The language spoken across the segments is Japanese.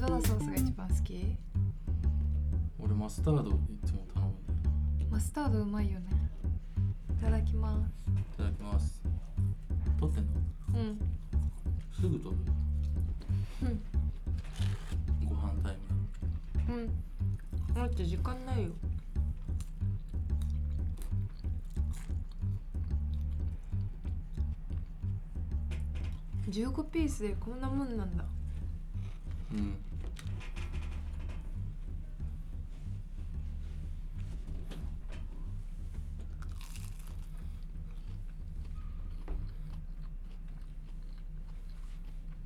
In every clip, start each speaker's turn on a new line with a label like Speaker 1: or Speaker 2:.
Speaker 1: どのソースが一番好き
Speaker 2: 俺マスタードいつも頼むんだよ
Speaker 1: マスタードうまいよねいただきま
Speaker 2: いただきます取ってんの
Speaker 1: すうん
Speaker 2: すぐ取る
Speaker 1: うん
Speaker 2: ご飯タイム
Speaker 1: うん待って時間ないよ15ピースでこんなもんなんだ
Speaker 2: うん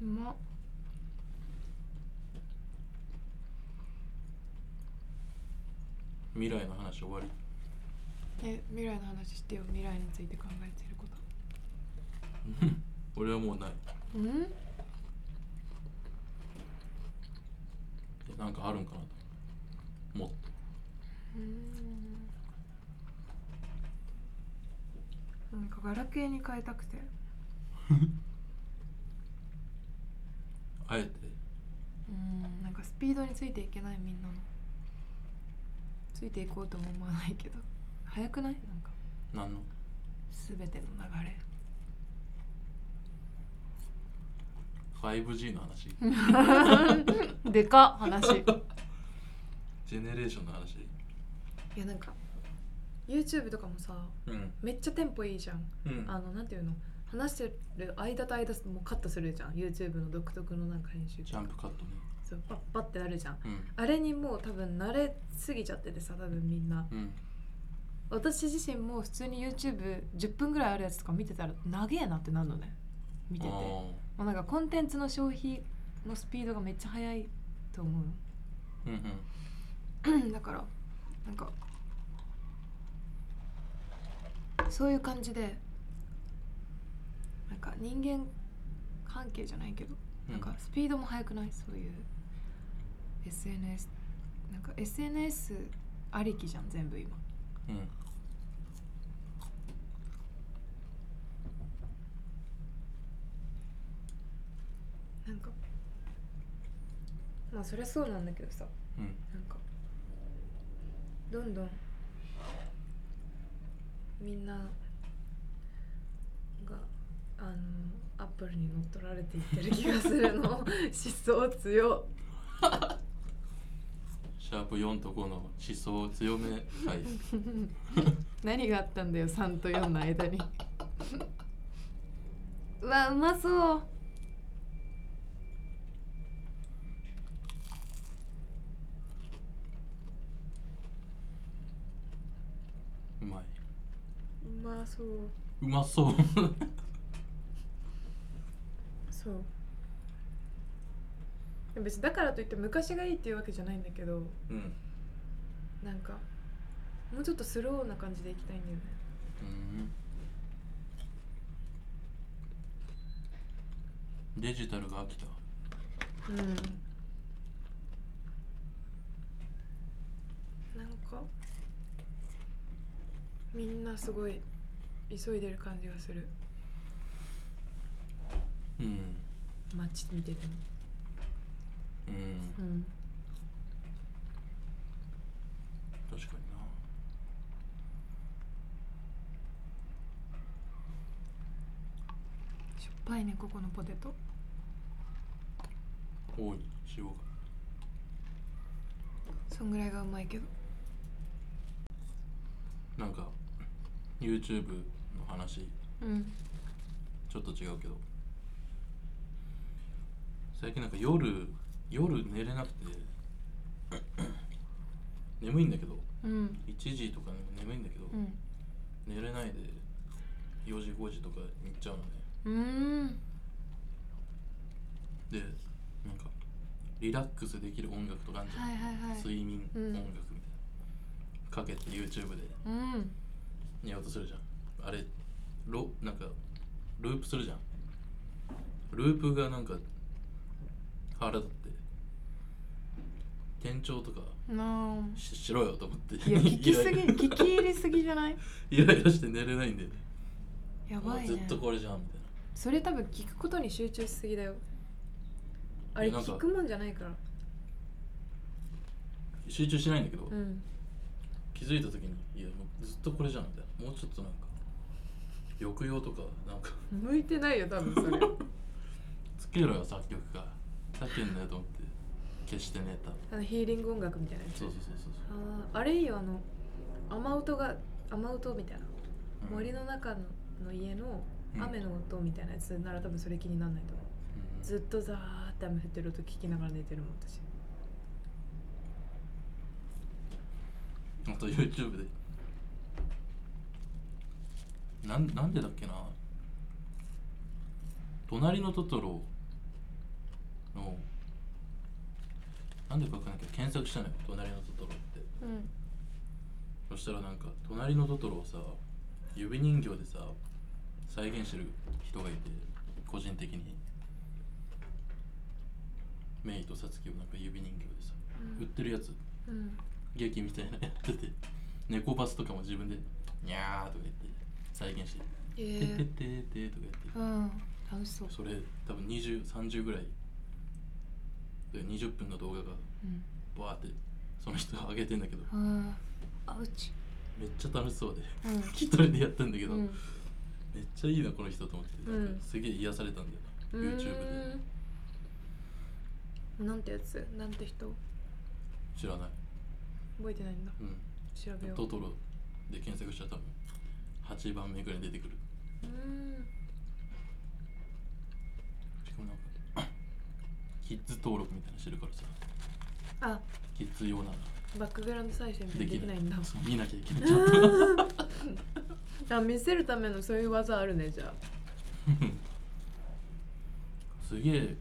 Speaker 1: うまっ
Speaker 2: 未来の話終わ り
Speaker 1: え未来の話してよ未来について考えてること
Speaker 2: 俺はもうない
Speaker 1: うん
Speaker 2: えなんかあるんかなと思って
Speaker 1: うんなんかガラケーに変えたくて
Speaker 2: あえて
Speaker 1: うんなんかスピードについていけないみんなのついていこうとも思わないけど早くないなんか
Speaker 2: 何の
Speaker 1: 全ての流れ
Speaker 2: 5G の話
Speaker 1: でかっ話い
Speaker 2: ジェネレーションの話
Speaker 1: やなんか YouTube とかもさ
Speaker 2: うん
Speaker 1: めっちゃテンポいいじゃん
Speaker 2: うん
Speaker 1: あのなんていうの話してる間と間もうカットするじゃん YouTube の独特のなんか編集
Speaker 2: ジャンプカットね
Speaker 1: そうパッパッてなるじゃん
Speaker 2: うん
Speaker 1: あれにもう多分慣れすぎちゃっててさ多分みんな
Speaker 2: うん
Speaker 1: 私自身も普通に YouTube10 分ぐらいあるやつとか見てたら長えなってなるのね見てて
Speaker 2: あ
Speaker 1: もうなんかコンテンツの消費のスピードがめっちゃ速いと思
Speaker 2: ーうんうん
Speaker 1: うのだからなんかそういう感じでなんか人間関係じゃないけど
Speaker 2: うん
Speaker 1: なんかスピードも速くないそういう SNS なんか SNS ありきじゃん全部今
Speaker 2: うん
Speaker 1: なんかまあそりゃそうなんだけどさ
Speaker 2: うん
Speaker 1: なんかどんどんみんながあのアップルに乗っ取られていってる気がする の思想強
Speaker 2: シャープ4と5の思想強め 回
Speaker 1: 何があったんだよ3と4の間にうわうまそう
Speaker 2: うまいう
Speaker 1: まそう
Speaker 2: うまそう
Speaker 1: そう別にだからといって昔がいいっていうわけじゃないんだけど
Speaker 2: うんうん
Speaker 1: なんかもうちょっとスローな感じでいきたいんだよね
Speaker 2: デジタルが飽きた
Speaker 1: うんなんかみんなすごい急いでる感じがする
Speaker 2: うん
Speaker 1: 街見てても
Speaker 2: うん
Speaker 1: うん
Speaker 2: 確かにな
Speaker 1: しょっぱいねここのポテト
Speaker 2: 多い塩が
Speaker 1: そんぐらいがうまいけど
Speaker 2: なんか YouTube の話
Speaker 1: うん
Speaker 2: ちょっと違うけど最近なんか夜夜寝れなくて眠いんだけど
Speaker 1: うん
Speaker 2: 1時とか眠いんだけど、
Speaker 1: うん
Speaker 2: 寝れないで4時5時とかに行っちゃうのね
Speaker 1: うーん
Speaker 2: でなんかリラックスできる音楽とかあるじゃん、
Speaker 1: はいはいはい
Speaker 2: 睡眠
Speaker 1: う
Speaker 2: 音
Speaker 1: ん
Speaker 2: 楽みたいなかけて YouTube で
Speaker 1: うん
Speaker 2: 寝ようとするじゃんあれロなんかループするじゃんループがなんか腹立って転調とか
Speaker 1: なあ
Speaker 2: ししろよと思って
Speaker 1: いや聞きす
Speaker 2: イ
Speaker 1: ぎ
Speaker 2: ライラ
Speaker 1: 聞き入りすぎじゃない
Speaker 2: イライラして寝れないんで、
Speaker 1: やばい
Speaker 2: ずっ
Speaker 1: ね
Speaker 2: とこれじゃんみたいな
Speaker 1: それ多分聞くことに集中しすぎだよあ
Speaker 2: い
Speaker 1: れ
Speaker 2: やなんか
Speaker 1: 聞くもんじゃないから
Speaker 2: 集中しないんだけど、
Speaker 1: うん
Speaker 2: 気づいた時にいやもうずっとこれじゃんみたいなもうちょっとなんか抑揚とかなんか
Speaker 1: 向いてないよ多分それ
Speaker 2: つけろよ作曲家叫んだよと思って消して寝た
Speaker 1: あのヒーリング音楽みたいなやつ
Speaker 2: そうそうそうそうそう
Speaker 1: あーあれいいよあの雨音が雨音みたいな、
Speaker 2: うん
Speaker 1: 森の中の家の
Speaker 2: うん
Speaker 1: 雨の音みたいなやつなら多分それ気にならないと思う、
Speaker 2: うん
Speaker 1: ずっとザーって雨降ってる音聞きながら寝てるもん私
Speaker 2: あと YouTube でなんなんでだっけな「隣のトトロ」のなんでかわかんないけど検索したのよ「隣のトトロ」って
Speaker 1: うん
Speaker 2: そしたらなんか「隣のトトロ」をさ指人形でさ再現してる人がいて個人的にメイとサツキをなんか指人形でさ売ってるやつ
Speaker 1: うん
Speaker 2: 劇みたいなのやってて猫バスとかも自分で「にゃー」とか言って再現して
Speaker 1: え
Speaker 2: 「てってってって」とか言って
Speaker 1: うん楽しそう
Speaker 2: それ多分2030ぐらいで20分の動画が
Speaker 1: うん
Speaker 2: バーってその人が上げてんだけど
Speaker 1: あーあうち
Speaker 2: めっちゃ楽しそうで
Speaker 1: うん
Speaker 2: 一人でやってんだけど、
Speaker 1: うん
Speaker 2: めっちゃいいなこの人と思って、
Speaker 1: うん
Speaker 2: なんかすげえ癒されたんだよな、
Speaker 1: う
Speaker 2: YouTube で
Speaker 1: ーんなんてやつなんて人
Speaker 2: 知らない、
Speaker 1: 覚えてないんだ
Speaker 2: うん、
Speaker 1: 調べよう
Speaker 2: トトロで検索したら多分8番目ぐらいに出てくる
Speaker 1: うーん
Speaker 2: しかもなんかキッズ登録みたいなのしてるからさ
Speaker 1: あ
Speaker 2: キッズ用なら
Speaker 1: バックグラウンド再生みたい
Speaker 2: で
Speaker 1: なで
Speaker 2: き
Speaker 1: き
Speaker 2: な
Speaker 1: ないいんだ
Speaker 2: そう見なきゃいけない
Speaker 1: あ見せるためのそういう技あるねじゃあ
Speaker 2: すげえ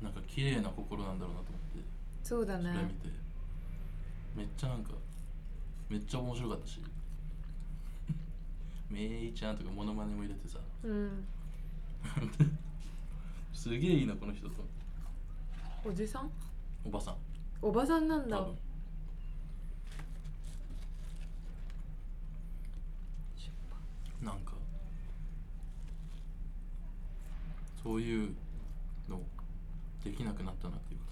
Speaker 2: なんか綺麗な心なんだろうなと思って
Speaker 1: そうだ
Speaker 2: それ見
Speaker 1: ね
Speaker 2: てめっちゃなんかめっちゃ面白かったし めいちゃんとかモノマネも入れてさ
Speaker 1: うん
Speaker 2: すげえいいなこの人と
Speaker 1: おじさん
Speaker 2: おばさん
Speaker 1: おばさんなん
Speaker 2: 多
Speaker 1: だ
Speaker 2: 分なんかそういうのできなくなったなっていうか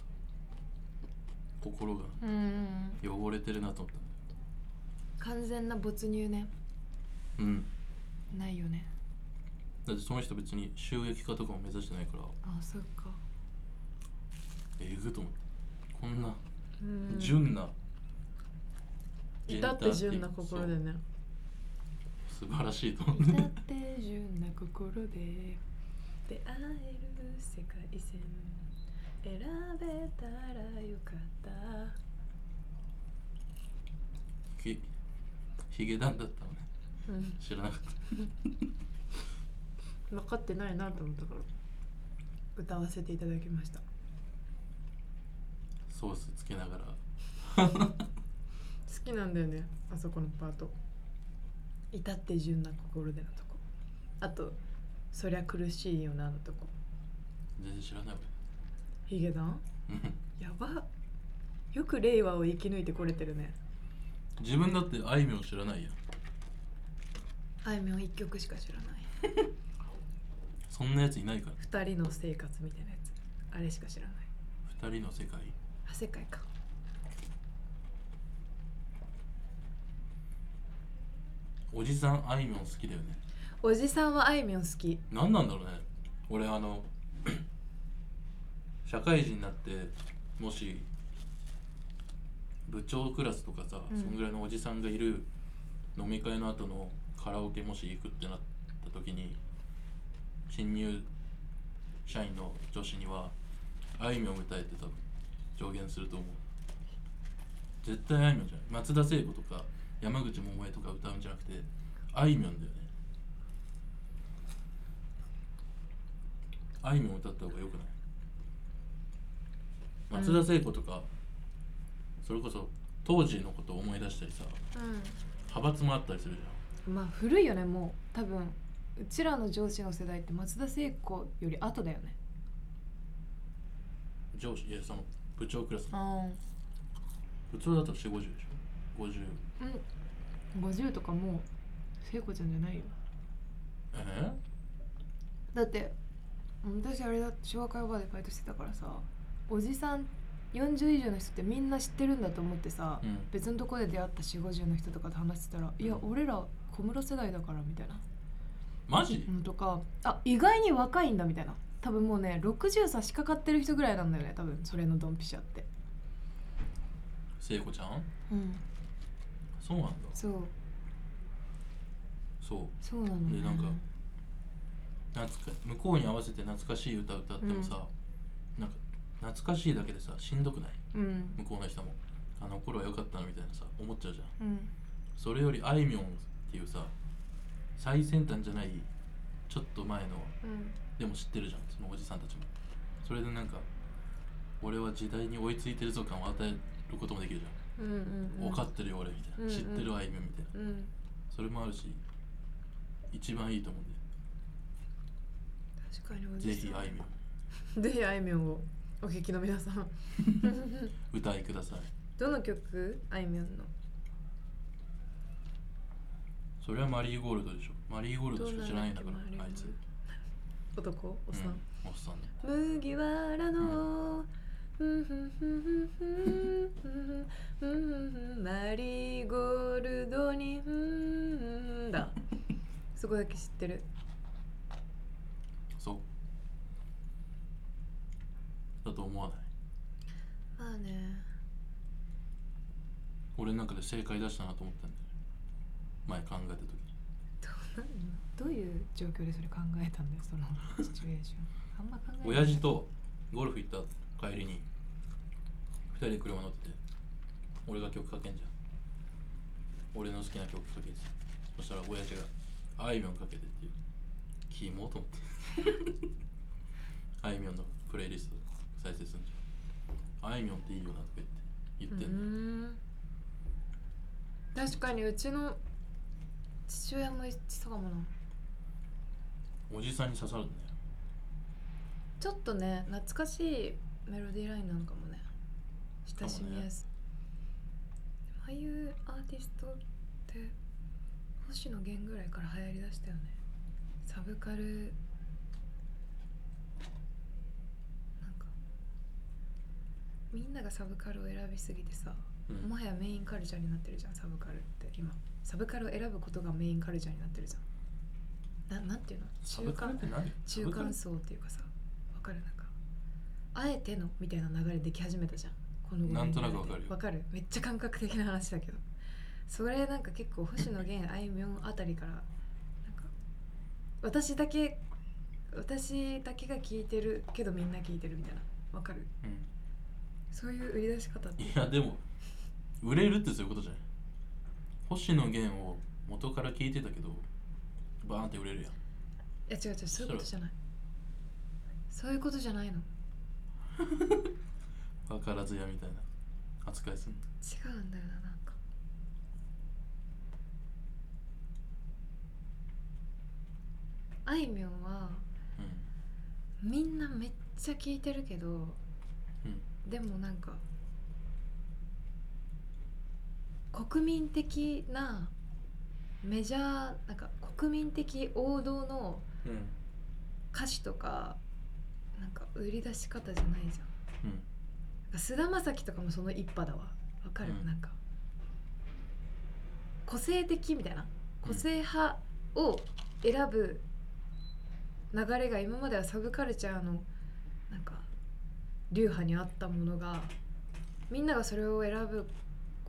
Speaker 2: 心が
Speaker 1: うん
Speaker 2: 汚れてるなと思っ
Speaker 1: 完全な没入ね
Speaker 2: たうん
Speaker 1: ないよね
Speaker 2: だってその人別に収益化とかも目指してないから
Speaker 1: あそっか
Speaker 2: えぐと思ってこんな
Speaker 1: うん
Speaker 2: 純な、
Speaker 1: 至って純な心でね
Speaker 2: そう素晴らしいと思
Speaker 1: 至
Speaker 2: っ
Speaker 1: ってて純な心で出会える世界線選べたらよかった
Speaker 2: ひヒゲダンだったのね
Speaker 1: うん
Speaker 2: 知らなかった
Speaker 1: 分かってないなと思ったから歌わせていただきました好
Speaker 2: ソースつけながら
Speaker 1: きなんだよねあそこのパート至って純な心でのとこあとそりゃ苦しいよなのとこ
Speaker 2: 全然知らないわ
Speaker 1: ヒゲダン
Speaker 2: うん
Speaker 1: やばよく令和を生き抜いてこれてるね
Speaker 2: 自分だってあいみょん知らないやん
Speaker 1: あいみょん一曲しか知らない
Speaker 2: そんなやついないから
Speaker 1: 二人の生活みたいなやつあれしか知らない
Speaker 2: 二人の世界
Speaker 1: あ世界か
Speaker 2: おじさんあいみょん好きだよね
Speaker 1: おじさんはあいみょん好き
Speaker 2: 何なんだろうね俺あの 社会人になってもし部長クラスとかさ、
Speaker 1: うん
Speaker 2: そんぐらいのおじさんがいる飲み会の後のカラオケもし行くってなった時に新入社員の女子にはあいみょん歌えって多分上限すると思う絶対あいみょんじゃない松田聖子とか山口百恵とか歌うんじゃなくてあいみょんだよねあいみょん歌った方がよくない松田聖子とか、それこそ当時のことを思い出したりさ派閥もあったりするじ
Speaker 1: うん、まあ古いよねもう多分うちらの上司の世代って松田聖子より後だよね
Speaker 2: ゃん上司いやその部長クラスの
Speaker 1: あ
Speaker 2: 部長だと4 5 0でしょ50
Speaker 1: うん50とかもう聖子ちゃんじゃないよ
Speaker 2: え
Speaker 1: だって私あれだ昭和歌謡バーでバイトしてたからさおじさん40以上の人ってみんな知ってるんだと思ってさ、
Speaker 2: うん
Speaker 1: 別のとこで出会った4 5 0の人とかと話してたら「いや俺ら小室世代だから」みたいな、
Speaker 2: マジ
Speaker 1: うん、とか「あ意外に若いんだ」みたいな多分もうね60差し掛かってる人ぐらいなんだよね多分それのドンピシャって
Speaker 2: 聖子ちゃん
Speaker 1: うん
Speaker 2: そうなんだ
Speaker 1: そう
Speaker 2: そう
Speaker 1: そうなの
Speaker 2: でなんか懐か向こうに合わせて懐かしい歌歌ってもさ、なんか懐かしいだけでさしんどくない
Speaker 1: うん
Speaker 2: 向こうの人もあの頃は良かったなみたいなさ思っちゃうじゃん
Speaker 1: うん
Speaker 2: それよりあいみょんっていうさ最先端じゃないちょっと前の
Speaker 1: うん
Speaker 2: でも知ってるじゃんそのおじさんたちもそれでなんか俺は時代に追いついてるぞ感を与えることもできるじ
Speaker 1: うんうん
Speaker 2: ゃん、分かってるよ俺みたいな、
Speaker 1: うんうん
Speaker 2: 知ってるあいみょんみたいな
Speaker 1: うん
Speaker 2: それもあるし一番いいと思うんで
Speaker 1: 確かにお
Speaker 2: ぜ
Speaker 1: じさ
Speaker 2: ひ
Speaker 1: ん
Speaker 2: あいみょん
Speaker 1: ぜひあいみょんをお聞きの皆さん
Speaker 2: 歌いください
Speaker 1: どの曲あいみょんの
Speaker 2: それはマリーゴールドでしょマリーゴールドしか知らないんだから
Speaker 1: どんな
Speaker 2: あいつ
Speaker 1: 男おっさん、
Speaker 2: うん、おっさんね
Speaker 1: 麦わらのふんふんふんふんふんふんふんふんマリーゴールドにふんだそこだけ知ってる
Speaker 2: そうだと思わない
Speaker 1: まあね
Speaker 2: 俺の中で正解出したなと思ったんだよね前考えた時
Speaker 1: どういう状況でそれ考えたんだよそのシチュエーションあんま考え
Speaker 2: 親父とゴルフ行った帰りに2人で車乗ってて俺が曲かけんじゃん俺の好きな曲かけてそしたら親父が「あいみょんかけて」って言うキモと思って あいみょんのプレイリスト再生するんじゃんあいみょんっていいよなとか言って言ってんの、
Speaker 1: ん確かにうちの父親も言ってたかもな
Speaker 2: おじさんに刺さるんだよ
Speaker 1: ちょっとね懐かしいメロディーラインなのかもね親しみやすい、ああいうアーティストって星野源ぐらいから流行りだしたよねサブカルなんかみんながサブカルを選びすぎてさ
Speaker 2: うん
Speaker 1: もはやメインカルチャーになってるじゃんサブカルって今サブカルを選ぶことがメインカルチャーになってるじゃんななんていうの
Speaker 2: サブカルって何
Speaker 1: 中間層っていうかさわかるなんかあえてのみたいな流れでき始めたじゃんこの
Speaker 2: なんとなく
Speaker 1: わ
Speaker 2: わかるよ
Speaker 1: わかるめっちゃ感覚的な話だけどそれなんか結構星野 源あいみょんあたりからなんか私だけ私だけが聞いてるけどみんな聞いてるみたいなわかる
Speaker 2: サブカルうん
Speaker 1: そういう売り出し方って
Speaker 2: いやでも売れるってそういうことじゃない星野源を元から聞いてたけどバーンって売れ るやん
Speaker 1: いや違う違うそういうことじゃないそういうことじゃないの違
Speaker 2: 分からずやみたいな扱いすんの
Speaker 1: うんだよななんかあいみょんは
Speaker 2: う
Speaker 1: みんなめっちゃ聞いてるけど、でもなんか国民的なメジャーなんか国民的王道の
Speaker 2: んうん
Speaker 1: 歌詞とかなんか売り出し方じゃないじゃん
Speaker 2: うん
Speaker 1: 菅田将暉とかもその一派だわわかる、
Speaker 2: うん
Speaker 1: なんか個性的みたいな個性派を選ぶ流れが今まではサブカルチャーのなんか流派にあったものがみんながそれを選ぶ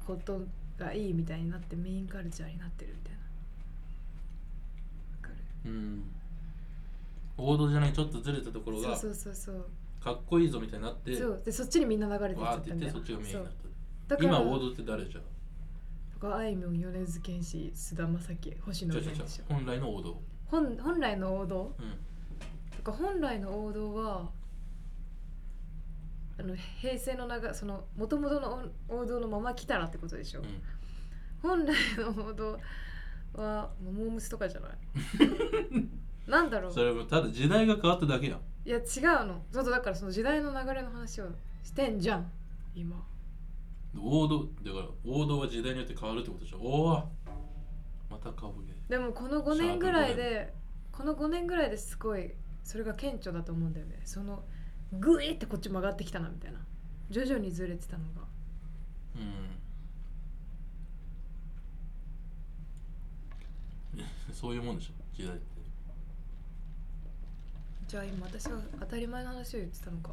Speaker 1: ことがいいみたいになってメインカルチャーになってるみたいなわかる
Speaker 2: うん王道じゃないちょっとずれたところ
Speaker 1: そう
Speaker 2: が
Speaker 1: そうそうそう
Speaker 2: かっこいいぞみたいになって
Speaker 1: そうでそっちにみんな流れていっち
Speaker 2: わ
Speaker 1: ゃ
Speaker 2: ー
Speaker 1: っ
Speaker 2: って
Speaker 1: た
Speaker 2: 言
Speaker 1: みたいな
Speaker 2: ってそっちがメイン
Speaker 1: そ
Speaker 2: に
Speaker 1: う
Speaker 2: なった
Speaker 1: だから
Speaker 2: 今王道って誰じゃん
Speaker 1: とかあいみょん米津玄師菅田将暉星野
Speaker 2: 違う違う違
Speaker 1: 源
Speaker 2: う
Speaker 1: でしょ
Speaker 2: 本来の王道
Speaker 1: 本本来の王道
Speaker 2: うん
Speaker 1: とか本来の王道はあの平成の流その元々の王道のまま来たらってことでしょ、
Speaker 2: うん
Speaker 1: 本来の王道は桃むとかじゃない なんだろう
Speaker 2: それもただ時代が変わっただけやん
Speaker 1: いや違うのちょっとだからその時代の流れの話をしてんじゃん今
Speaker 2: 王道だから王道は時代によって変わるってことでしょおおまた顔芸
Speaker 1: でもこの5年ぐらいでこの5年ぐらいですごいそれが顕著だと思うんだよねそのグイってこっち曲がってきたなみたいな徐々にずれてたのが
Speaker 2: うん そういうもんでしょ時代って
Speaker 1: じゃあ今私は当たり前の話を言ってたのか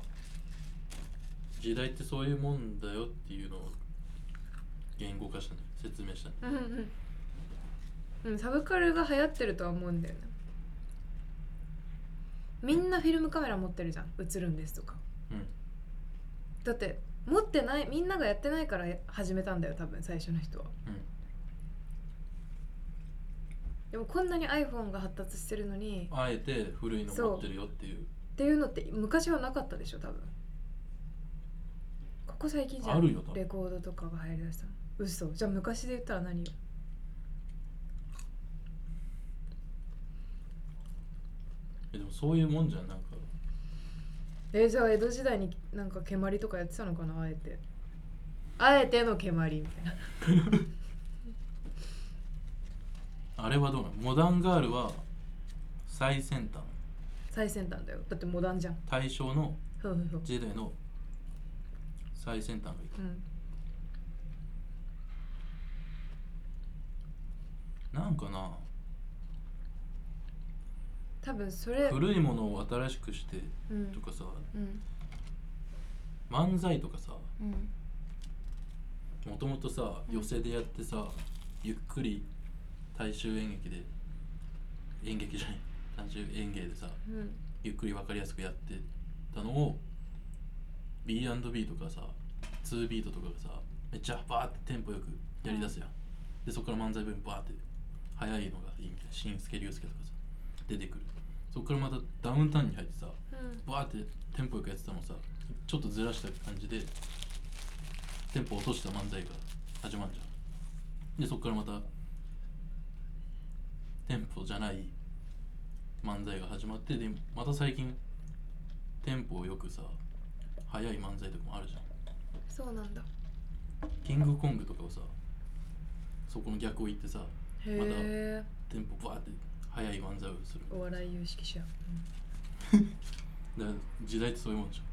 Speaker 2: 時代ってそういうもんだよっていうのを言語化したね説明したね
Speaker 1: うんうんうんうんサブカルが流行ってるとは思うんだよねみんなフィルムカメラ持ってるじゃん映るんですとか
Speaker 2: うん
Speaker 1: だって持ってないみんながやってないから始めたんだよ多分最初の人は
Speaker 2: うん
Speaker 1: でもこんなに iPhone が発達してるのに
Speaker 2: あえて古いの持ってるよってい
Speaker 1: っ
Speaker 2: う
Speaker 1: ていうのって昔はなかったでしょ多分ここ最近じゃん
Speaker 2: あるよ多分
Speaker 1: レコードとかが流行りだしたの嘘じゃあ昔で言ったら何よ
Speaker 2: えでもそういうもんじゃんなんか
Speaker 1: えーじゃあ江戸時代になんか蹴鞠とかやってたのかなあえてあえての蹴鞠みたいな
Speaker 2: あれはどうなのモダンガールは最先端
Speaker 1: 最先端だよだってモダンじゃん
Speaker 2: 大正の
Speaker 1: ふうふうふう
Speaker 2: 時代の最先端がいい
Speaker 1: うん
Speaker 2: なんかな
Speaker 1: 多分それ
Speaker 2: 古いものを新しくして
Speaker 1: うん
Speaker 2: とかさ
Speaker 1: うん
Speaker 2: 漫才とかさ
Speaker 1: うん
Speaker 2: もともとさ
Speaker 1: うん
Speaker 2: 寄席でやってさゆっくり大衆演劇で演劇じゃない大衆演芸でさ
Speaker 1: うん
Speaker 2: ゆっくり分かりやすくやってたのを B&B とかさ2ビートとかがさめっちゃバーってテンポよくやりだすやん、でそこから漫才分バーって速いのがいいみたいな新助竜介とかさ出てくるそこからまたダウンタウンに入ってさ
Speaker 1: うん
Speaker 2: バーってテンポよくやってたのをさちょっとずらした感じでテンポ落とした漫才が始まるじゃんでそこからまたテンポじゃない漫才が始まってでまた最近テンポをよくさ速い漫才とかもあるじゃん
Speaker 1: そうなんだ
Speaker 2: キングコングとかをさそこの逆を言ってさ
Speaker 1: へえ
Speaker 2: テンポバーって速い漫才をする
Speaker 1: お笑い有識者、う
Speaker 2: だから時代ってそういうもんじゃん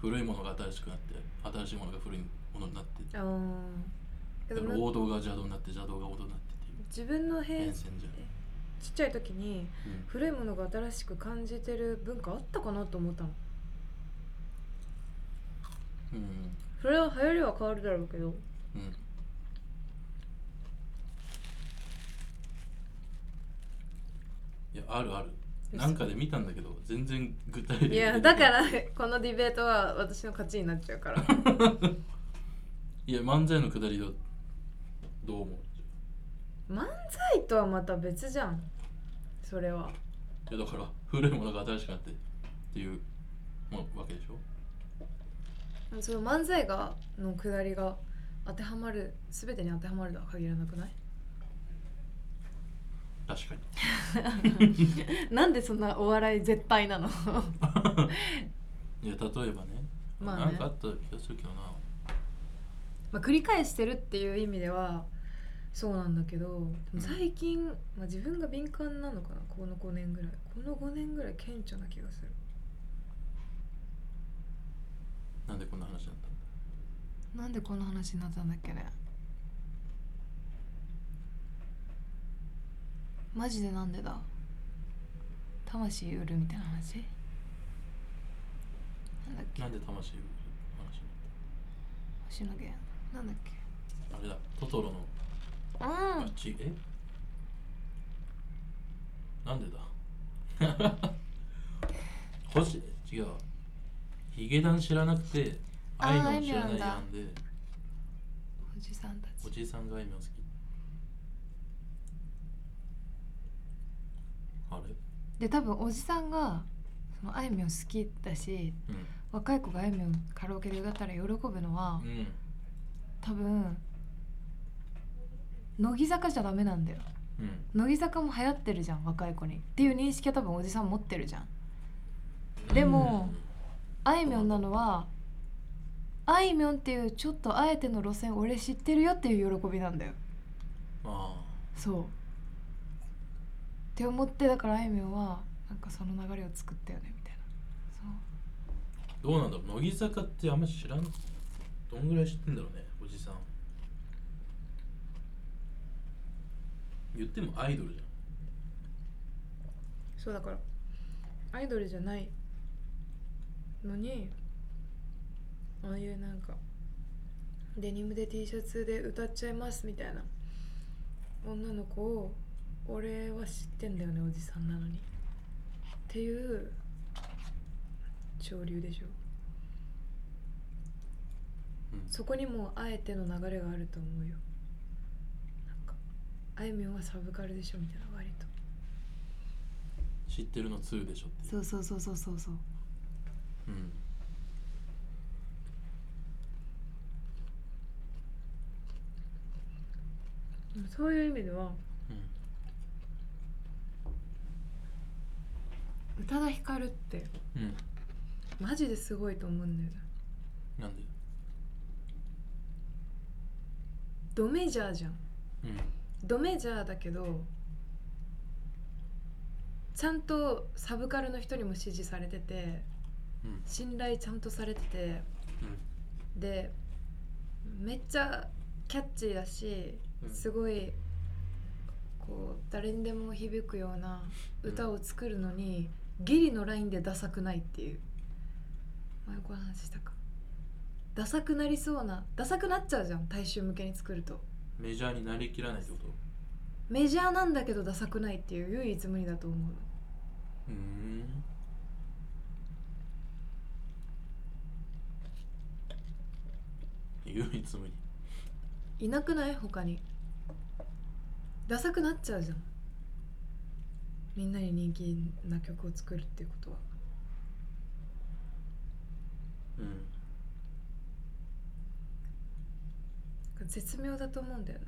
Speaker 2: 古いものが新しくなって新しいものが古いものになって
Speaker 1: ん、ああ
Speaker 2: だから王道が邪道になって邪道が王道になってっていう
Speaker 1: 自分の
Speaker 2: 変
Speaker 1: 変
Speaker 2: 遷じゃん、
Speaker 1: ちっちゃい時に
Speaker 2: うん
Speaker 1: 古いものが新しく感じてる文化あったかなと思ったの
Speaker 2: うん
Speaker 1: それは流行りは変わるだろうけど
Speaker 2: うんいやあるある
Speaker 1: 嘘
Speaker 2: なんかで見たんだけど全然具体的
Speaker 1: い
Speaker 2: に出
Speaker 1: や
Speaker 2: て
Speaker 1: だ
Speaker 2: こな
Speaker 1: からこのディベートは私の勝ちになっちゃうから
Speaker 2: いや漫才のくだりどどう思う
Speaker 1: 漫才とはまた別じゃんそれはい
Speaker 2: やだから古いものが新しくなってっていうもわけでしょ
Speaker 1: その漫才がのくだりが当てはまる全てに当てはまるとは限らなくない
Speaker 2: 確かに
Speaker 1: なんでそんなお笑い絶対 なの
Speaker 2: いや例えばね,、
Speaker 1: まあね
Speaker 2: なんかあった気がするけどな
Speaker 1: まあ繰り返してるっていう意味ではそうなんだけどでも最近、まあ、自分が敏感なのかなこの5年ぐらいこの5年ぐらい顕著な気がする
Speaker 2: なんでこんな話になったの
Speaker 1: なんでこの話になったんだっけねマジでなんでだ魂売るみたいな話なんだっけ
Speaker 2: なんで魂を話に
Speaker 1: 星野源なんだっけ
Speaker 2: あれだ、トトロの
Speaker 1: うん
Speaker 2: あちえなんでだ 星違うヒゲダン知らなくて
Speaker 3: あ
Speaker 2: 愛の
Speaker 3: あい
Speaker 2: 知
Speaker 3: み
Speaker 2: ら
Speaker 3: ょ
Speaker 2: なんい
Speaker 3: だ
Speaker 2: やんで
Speaker 3: おじさんた
Speaker 2: お
Speaker 3: ち
Speaker 2: じいさんがあいみょん好きあれ
Speaker 3: で多分おじさんが
Speaker 1: そのあいみょん好きだし
Speaker 2: う
Speaker 1: 若い子があいみょんカラオケで歌ったら喜ぶのは
Speaker 2: んうん
Speaker 1: 多分乃木坂じゃダメなんだよ
Speaker 2: うん
Speaker 1: 乃木坂も流行ってるじゃん若い子にっていう認識は多分おじさん持ってるじゃんでもあいみょんなのはあいみょんっていうちょっとあえての路線俺知ってるよっていう喜びなんだよ
Speaker 2: うんあ
Speaker 1: そうって思ってだからあいみょんはなんかその流れを作ったよねみたいなそう
Speaker 2: あどうなんだろう乃木坂ってあんま知らんどんぐらい知ってんだろうねおじさん言ってもアイドルじ
Speaker 1: そうだからアイドルじゃないのにああいうなんかデニムで T シャツで歌っちゃいますみたいな女の子を俺は知ってんだよねおじさんなのにっていう潮流でしょ
Speaker 2: ゃん、うん、
Speaker 1: そこにもあえての流れがあると思うよなんかあいみょんはサブカルでしょみたいな割と
Speaker 2: 知ってるの2でしょっていう
Speaker 1: そうそうそうそうそうそう
Speaker 2: うん
Speaker 1: そういう意味では
Speaker 2: うん
Speaker 1: 宇多田ヒカルって
Speaker 2: うん
Speaker 1: マジですごいと思うんだよね
Speaker 2: なんで
Speaker 1: ドメジャーじゃん
Speaker 2: うん
Speaker 1: ドメジャーだけどちゃんとサブカルの人にも支持されてて
Speaker 2: うん
Speaker 1: 信頼ちゃんとされててでめっちゃキャッチーだし
Speaker 2: うん
Speaker 1: すごいこう誰にでも響くような歌を作るのにギリのラインでダサくないっていう前この話したかダサくなりそうなダサくなっちゃうじゃん大衆向けに作ると
Speaker 2: メジャーになりきらないってこと
Speaker 1: メジャーなんだけどダサくないっていう唯一無二だと思うの
Speaker 2: うーん唯一無二
Speaker 1: いなくない他にダサくなっちゃうじゃんみんなに人気な曲を作るっていうことは
Speaker 2: うん
Speaker 1: 絶妙だと思うんだよね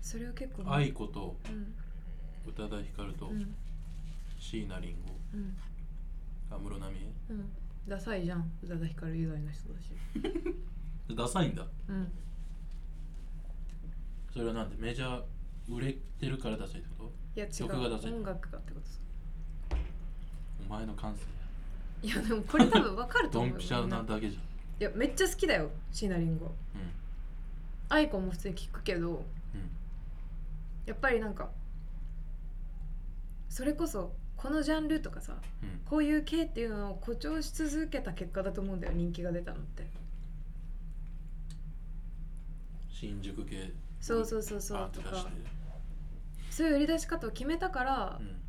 Speaker 1: それを結構
Speaker 2: 愛子と
Speaker 1: うん
Speaker 2: 宇多田ヒカルと
Speaker 1: うん
Speaker 2: 椎名林
Speaker 1: うん
Speaker 2: 檎安室奈美
Speaker 1: うんダサいじゃん宇多田ヒカル以外の人だし
Speaker 2: 恵ダサいんだ
Speaker 1: うん
Speaker 2: それはなんでメジャー売れてるからダサいってこと
Speaker 1: いや違う
Speaker 2: 曲がダサい
Speaker 1: 音楽がってことさ
Speaker 2: お前の感性
Speaker 1: いやでもこれ多分分かると
Speaker 2: ド
Speaker 1: 思うよ
Speaker 2: ンピシャ
Speaker 1: みん
Speaker 2: なだけじ
Speaker 1: いやめっちゃ好きだよ椎名林檎
Speaker 2: ゃん
Speaker 1: アイコンも普通に聞くけど
Speaker 2: うんうん
Speaker 1: やっぱりなんかそれこそこのジャンルとかさ
Speaker 2: うん
Speaker 1: こういう系っていうのを誇張し続けた結果だと思うんだよ人気が出たのって
Speaker 2: 新宿系
Speaker 1: そうそうそうそ
Speaker 2: バー
Speaker 1: う
Speaker 2: ッ
Speaker 1: と
Speaker 2: と
Speaker 1: か
Speaker 2: 出して
Speaker 1: そういう売り出し方を決めたから、
Speaker 2: うん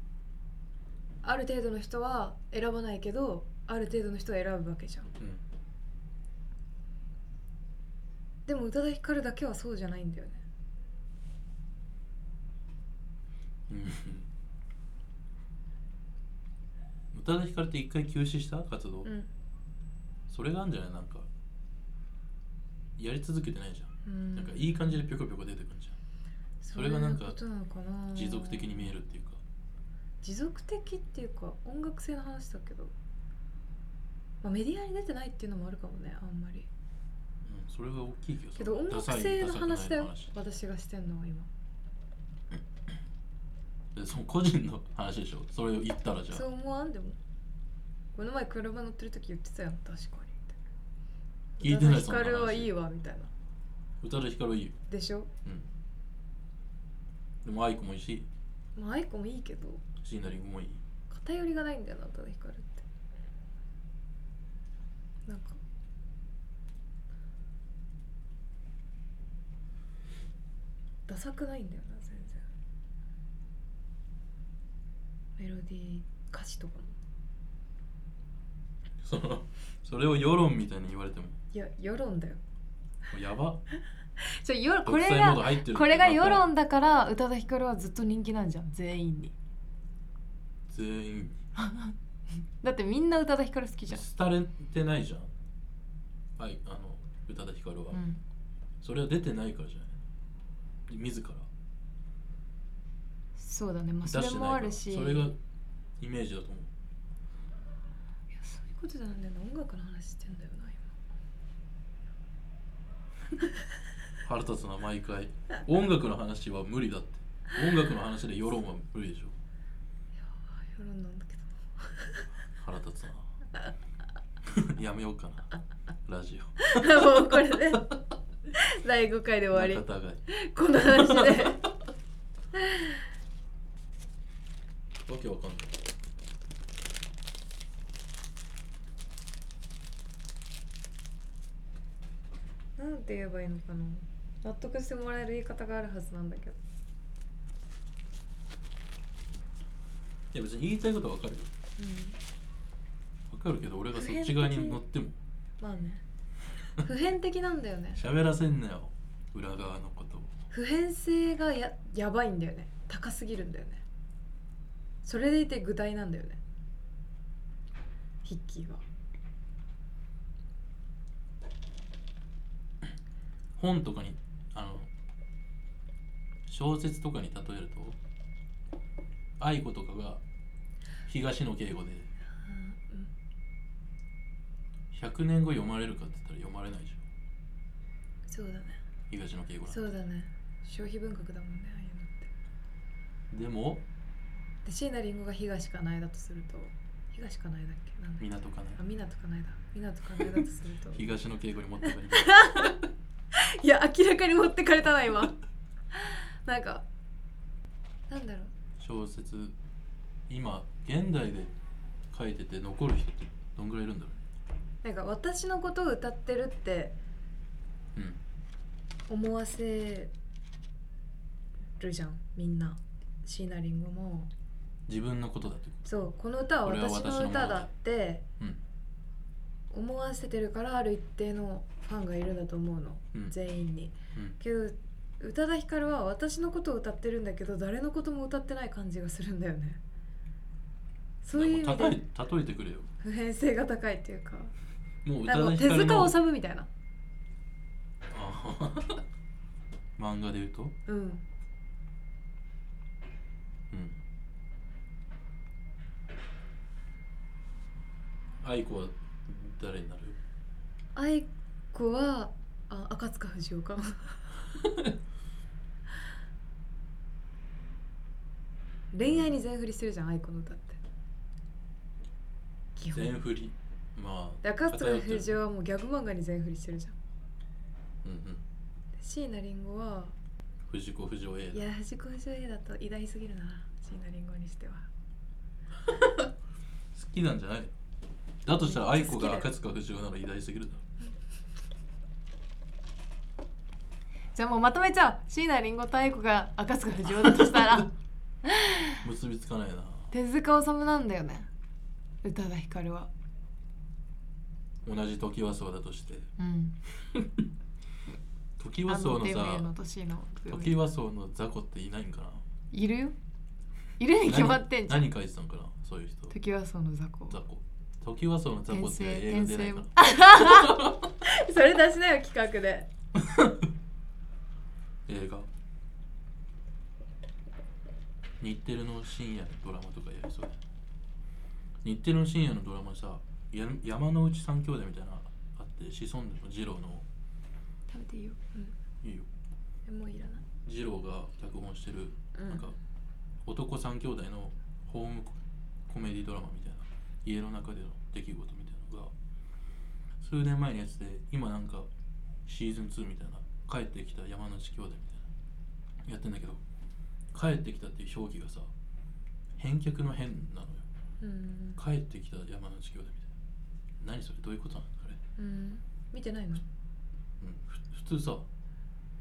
Speaker 1: ある程度の人は選ばないけどある程度の人は選ぶわけじゃん
Speaker 2: うん
Speaker 1: でも宇多田ヒカルだけはそうじゃないんだよね
Speaker 2: うん宇多田ヒカルって一回休止した活動、
Speaker 1: うん
Speaker 2: それがあるんじゃないなんかやり続けてないじゃん、
Speaker 1: うん
Speaker 2: なんかいい感じでぴょこぴょこ出てくるじゃん、
Speaker 1: そ
Speaker 2: れがなんか
Speaker 1: ういうことなのかな
Speaker 2: 持続的に見えるっていうか
Speaker 1: 持続的っていうか音楽性の話だけど、まあ、メディアに出てないっていうのもあるかもねあんまり
Speaker 2: うん、それが大きい気がす
Speaker 1: け
Speaker 2: る
Speaker 1: ど音楽
Speaker 2: ダサい
Speaker 1: 性の
Speaker 2: ダサくない
Speaker 1: 話だよ私がしてんのは今
Speaker 2: でその個人の話でしょそれを言ったらじゃ
Speaker 1: そう
Speaker 2: あ
Speaker 1: 思わんでもこの前車乗ってる時言ってたよ確かに
Speaker 2: 聞いてない
Speaker 1: 宇多田ヒカルはいい
Speaker 2: よ
Speaker 1: わみたいな
Speaker 2: 宇多田ヒカルはいいよ
Speaker 1: でしょ
Speaker 2: でもアイコもいいし
Speaker 1: まあアイコもいいけど
Speaker 2: シーナリングもいい
Speaker 1: 偏りがないんだよな宇多田ヒカルってなんかダサくないんだよな全然メロディー歌詞とかも
Speaker 2: そのそれを世論みたいに言われてもも
Speaker 1: いや世論だよ
Speaker 2: うやば
Speaker 1: じゃよ
Speaker 2: 独裁モード入ってるってなったら
Speaker 1: だから宇多田ヒカルはずっと人気なんじゃん全員に
Speaker 2: 全員
Speaker 3: だってみんな宇多田ヒカル好きじゃん、
Speaker 2: 廃れてないじゃんはいあの宇多田ヒカルは、
Speaker 3: うん、
Speaker 2: それは出てないからじゃない自ら
Speaker 3: そうだねまあ
Speaker 2: 出し
Speaker 3: そ
Speaker 2: てな
Speaker 3: れ
Speaker 2: い
Speaker 3: も
Speaker 2: か
Speaker 3: あ
Speaker 2: ら
Speaker 3: るし
Speaker 2: それがイメージだと思う
Speaker 1: いやそういうことじゃないんだよな音楽の話してんだよな
Speaker 2: 腹立つな毎回音楽の話は無理だって音楽の話で世論は無理でしょ
Speaker 1: 今世論なんだけど
Speaker 2: 腹立つな やめようかなラジ
Speaker 1: もうこれで第5回で
Speaker 2: オ
Speaker 1: 終わ
Speaker 2: 仲違い
Speaker 1: りこの話で
Speaker 2: わけわかんない
Speaker 1: なんて言えばいいのかな納得してもらえる言い方があるはずなんだけど
Speaker 2: いや別に言いたいことはわかるよ
Speaker 1: うん
Speaker 2: わかるけど俺がそっち側に乗っ ても
Speaker 1: まあね普遍的なんだよね
Speaker 2: 喋らせんなよ裏側のことを
Speaker 1: 普遍性がややばいんだよね高すぎるんだよねそれでいて具体なんだよねヒッキーは
Speaker 2: 本とかにあの小説とかに例えると愛子とかが東野敬吾で100年後読まれるかって言ったら読まれないでしょ
Speaker 1: そうだね
Speaker 2: 東野敬吾なんて
Speaker 1: そうだね消費文学だもんねああいうのって
Speaker 2: でも
Speaker 1: で椎名林檎が東かなえだとすると東かなえだっけなんだっけ
Speaker 2: 港 か
Speaker 1: あ
Speaker 2: な
Speaker 1: 港かなえだ港かなえだとすると
Speaker 2: 東野敬吾に持ってかれる
Speaker 1: いや明らかに持ってかれたな今 なんかなんだろう
Speaker 2: 小説今現代で書いてて残る人ってどんぐらいいるんだろ
Speaker 1: なんか私のことを歌ってるって
Speaker 2: うね
Speaker 1: 思わせるじゃんみんな椎名林檎も
Speaker 2: うん自分のことだってこ
Speaker 1: そうこの歌は
Speaker 2: これは
Speaker 1: 私
Speaker 2: 私の
Speaker 1: の
Speaker 2: ものだ
Speaker 1: 歌だって
Speaker 2: うん
Speaker 1: 思わせてるからある一定のファンがいるんだと思うの
Speaker 2: とうん
Speaker 1: 全員に
Speaker 2: うん
Speaker 1: けど宇多田ヒカルは私のことを歌ってるんだけど誰のことも歌ってない感じがするんだよねそういう意味
Speaker 2: なんか例
Speaker 1: で
Speaker 2: え例えてくれよ
Speaker 1: 普遍性が高いっていうか
Speaker 2: もう
Speaker 1: なん
Speaker 2: 宇多田
Speaker 1: か
Speaker 2: ヒ
Speaker 1: 手
Speaker 2: カルの
Speaker 1: 塚治虫みたいな
Speaker 2: あはは漫画で言うと
Speaker 1: うん
Speaker 2: うん愛子は誰になる
Speaker 1: 愛子はあ赤塚不二夫 か恋愛に全振りするじゃん愛子の歌って基
Speaker 2: 全
Speaker 1: 本
Speaker 2: 振りまあ
Speaker 1: で赤塚不
Speaker 2: 偏って
Speaker 1: 二
Speaker 2: る
Speaker 1: 夫はもうギャグ漫画に全振りしてるじゃん
Speaker 2: うんうん
Speaker 1: で椎名林檎は
Speaker 2: 藤子不二雄
Speaker 1: い
Speaker 2: A
Speaker 1: や藤子不二雄だと偉大すぎるな椎名林檎にしては
Speaker 2: 好きなんじゃないだとしたら愛子
Speaker 1: 好きだ
Speaker 2: が
Speaker 1: よ
Speaker 2: 赤塚不二夫なら偉大すぎるだろ
Speaker 3: じゃあもうまとめちゃう椎名林檎と愛子が赤塚不二夫だとした ら
Speaker 2: 結びつかないな
Speaker 3: 手塚治虫なんだよね宇多田ヒカルは
Speaker 2: 同じ時はそうだとして
Speaker 3: うん
Speaker 2: 時はそうの
Speaker 3: あの
Speaker 2: さ
Speaker 3: 年の
Speaker 2: 時はそうの雑魚っていないんかない
Speaker 3: るよいるに決まってんじゃん
Speaker 2: 何何書いてたんかなそういう人
Speaker 3: 時はその雑魚
Speaker 2: 雑魚時はそうの雑魚って映画出ないかな
Speaker 1: それ出しなよ企画で
Speaker 2: 映画日テレの深夜のドラマとかやりそうだ日テレの深夜のドラマさや山之内三兄弟みたいなのあってシソンヌの二郎の
Speaker 1: 食べていいよ、
Speaker 2: いいよ
Speaker 1: うん、もういらない
Speaker 2: 二郎が脚本してる
Speaker 1: うん
Speaker 2: なんか男三兄弟のホームコメディドラマみたいな家の中での出来事みたいなのが数年前のやつで今なんかシーズン2みたいな帰ってきた山之内兄弟みたいなやってんだけど帰ってきたっていう表記がさ返却の変なのよ
Speaker 1: うん
Speaker 2: 帰ってきた山之内兄弟みたいな何それどういうことなのあれ、
Speaker 1: うん見てないの
Speaker 2: うん、ふ普通さ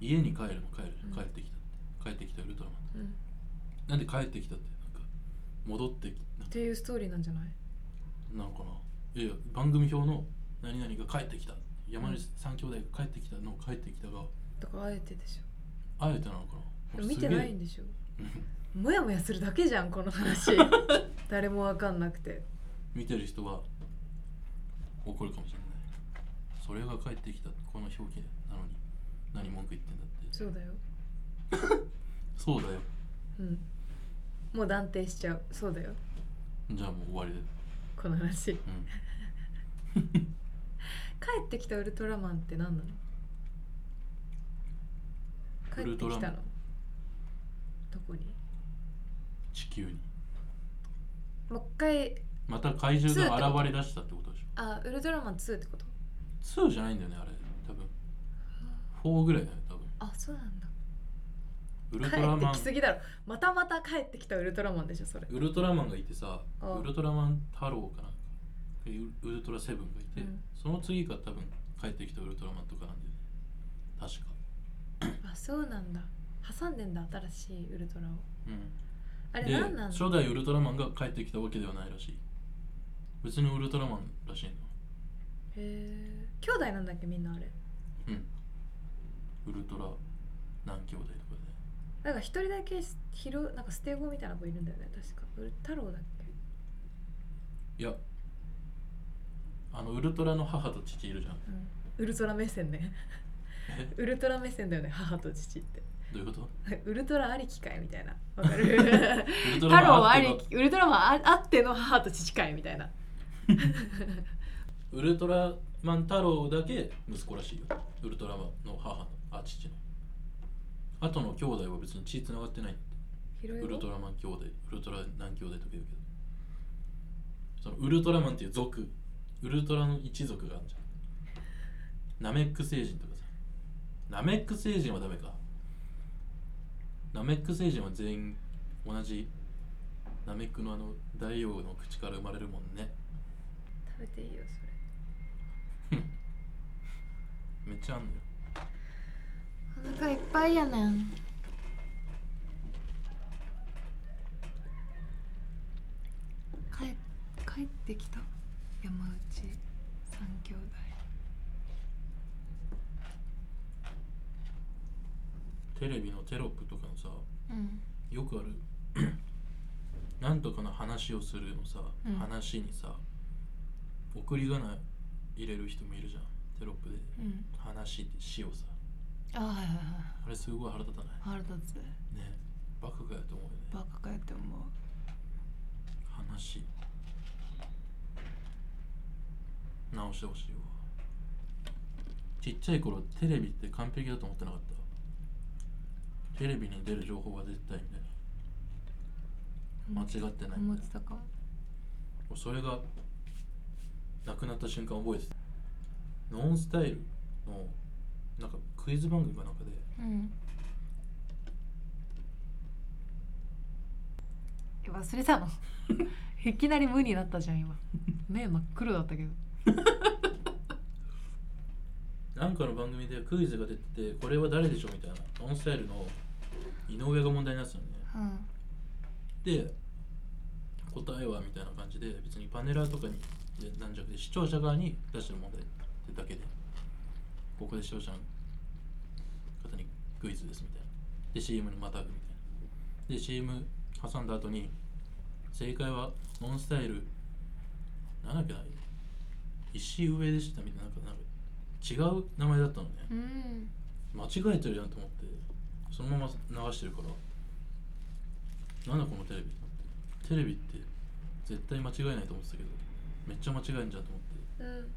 Speaker 2: 家に帰るの帰るじゃん
Speaker 1: うん
Speaker 2: 帰ってきたって帰ってきたウルトラマン
Speaker 1: うん
Speaker 2: なんで帰ってきたってなんか戻ってきな
Speaker 1: っ
Speaker 2: んか
Speaker 1: ていうストーリーなんじゃない
Speaker 2: なのかないやいや番組表の何々が帰ってきた山口三兄弟が帰ってきたの帰ってきたが
Speaker 1: だからあえてでし
Speaker 2: あえてなのか
Speaker 1: ょで
Speaker 2: な
Speaker 1: も見てないんでしょ
Speaker 2: 俺すげえ
Speaker 1: もやもやするだけじゃんこの話誰もわかんなくて
Speaker 2: 見てる人は怒るかもしれないそれが返ってきたこの表記なのに何文句言ってんだって
Speaker 1: そうだよ
Speaker 2: そうだよ
Speaker 1: うんもう断定しちゃうそうだよ
Speaker 2: じゃあもう終わりだよ
Speaker 1: この話帰
Speaker 2: うん
Speaker 1: ってきたウルトラマンって何なの帰
Speaker 2: ウ
Speaker 1: っ
Speaker 2: ル
Speaker 1: て
Speaker 2: トラマ
Speaker 1: き
Speaker 2: ン
Speaker 1: たのどこに
Speaker 2: 地球に
Speaker 1: もう一回
Speaker 2: また怪獣が現れ出したってことでし
Speaker 1: あウルトラマン2ってこと
Speaker 2: ょ2じゃないんだよねあれ多分4ぐらいだよね多分
Speaker 1: あそうなんだ
Speaker 2: ウル
Speaker 1: 帰
Speaker 2: トラ
Speaker 1: って
Speaker 2: マン
Speaker 1: きすぎだろまたまた帰ってきたウルトラマンでしょそれ、
Speaker 2: ウルトラマンがいてさ
Speaker 1: あ
Speaker 2: ウルトラマン太郎かなんかでウウルトラセブンがいて、
Speaker 1: うん
Speaker 2: その次が多分帰ってきたウルトラマンとかなんだよね確か
Speaker 1: あそうなんだ挟んでんだ新しいウルトラを
Speaker 2: うん
Speaker 1: あれ
Speaker 2: で
Speaker 1: 何なんだ
Speaker 2: 初代ウルトラマンが帰ってきたわけではないらしい別にウルトラマンらしいの
Speaker 1: へえ兄弟なんだっけみんなあれ
Speaker 2: うんウルトラ何兄弟とかね
Speaker 1: なんか一人だけひろなんか捨て子みたいな子いるんだよね確かウル太郎だっけ
Speaker 2: いやあのウルトラの母と父いるじゃん
Speaker 1: ウルトラ目線 ね
Speaker 2: え
Speaker 1: ウルトラ目線だよね母と父って
Speaker 2: どうい うこと
Speaker 1: ウルトラありきかいみた いなわかる
Speaker 2: ウルト
Speaker 3: 太
Speaker 2: ラマ
Speaker 3: 郎
Speaker 2: ン
Speaker 3: は
Speaker 2: あ
Speaker 3: あ
Speaker 2: っての
Speaker 3: りきウルトラマンああっての母と父かいみたいな
Speaker 2: ウルトラマン太郎だけ息子らしいよウルトラマンの母のあ父の後の兄弟は別に血つながってない
Speaker 1: 広
Speaker 2: ウル
Speaker 1: い
Speaker 2: トラマン兄弟ウルトラ何兄弟とか言うけどそのウルトラマンっていう族ウルトラの一族があるじゃんナメック星人とかさナメック星人はダメかナメック星人は全員同じナメックのあの大王の口から生まれるもんね
Speaker 1: 食べていいよそれ
Speaker 2: めっちゃあんのよ
Speaker 3: お腹いっぱいやねん帰帰ってきた山内三兄弟
Speaker 2: テレビのテロップとかのさ
Speaker 3: うん
Speaker 2: よくある なんとかの話をするのさ、
Speaker 3: うん
Speaker 2: 話にさ送り仮名入れる人もいるじゃんテロップで
Speaker 3: うん
Speaker 2: 話って詩をさ
Speaker 3: ああはいはいはい
Speaker 2: あれすごい腹立たない
Speaker 3: 腹立つ
Speaker 2: ねバカかよと思うよね
Speaker 3: バカかよって思う
Speaker 2: 話直してほしいわちっちゃい頃テレビって完璧だと思ってなかったテレビに出る情報は絶対みたいな間違ってない
Speaker 3: 思
Speaker 2: み
Speaker 3: った
Speaker 2: い
Speaker 3: て
Speaker 2: な
Speaker 3: たかも
Speaker 2: もうそれがなくなった瞬間覚えてたノンスタイルのなんかクイズ番組かなんかで
Speaker 3: うんえ忘れたの いきなり無になったじゃ ん今目真っ黒だったけど
Speaker 2: なんかの番組でクイズが出ててこれは誰でしょうみたいなノンスタイルの井上が問題になってたのね
Speaker 3: うん
Speaker 2: で答えはみたいな感じで別にパネラーとかにでなんじゃなくて視聴者側に出してる問題ってだけでここで視聴者の方にクイズですみたいなで CM にまたぐみたいなで CM 挟んだ後に正解はノンスタイルなんだっけな石上でしたみたいななんかなんか違う名前だったのね
Speaker 3: うん
Speaker 2: 間違えてるじゃんと思ってそのまま流してるからなんだこのテレビと思ってテレビって絶対間違えないと思ってたけどめっちゃ間違えんじゃんと思って
Speaker 1: うん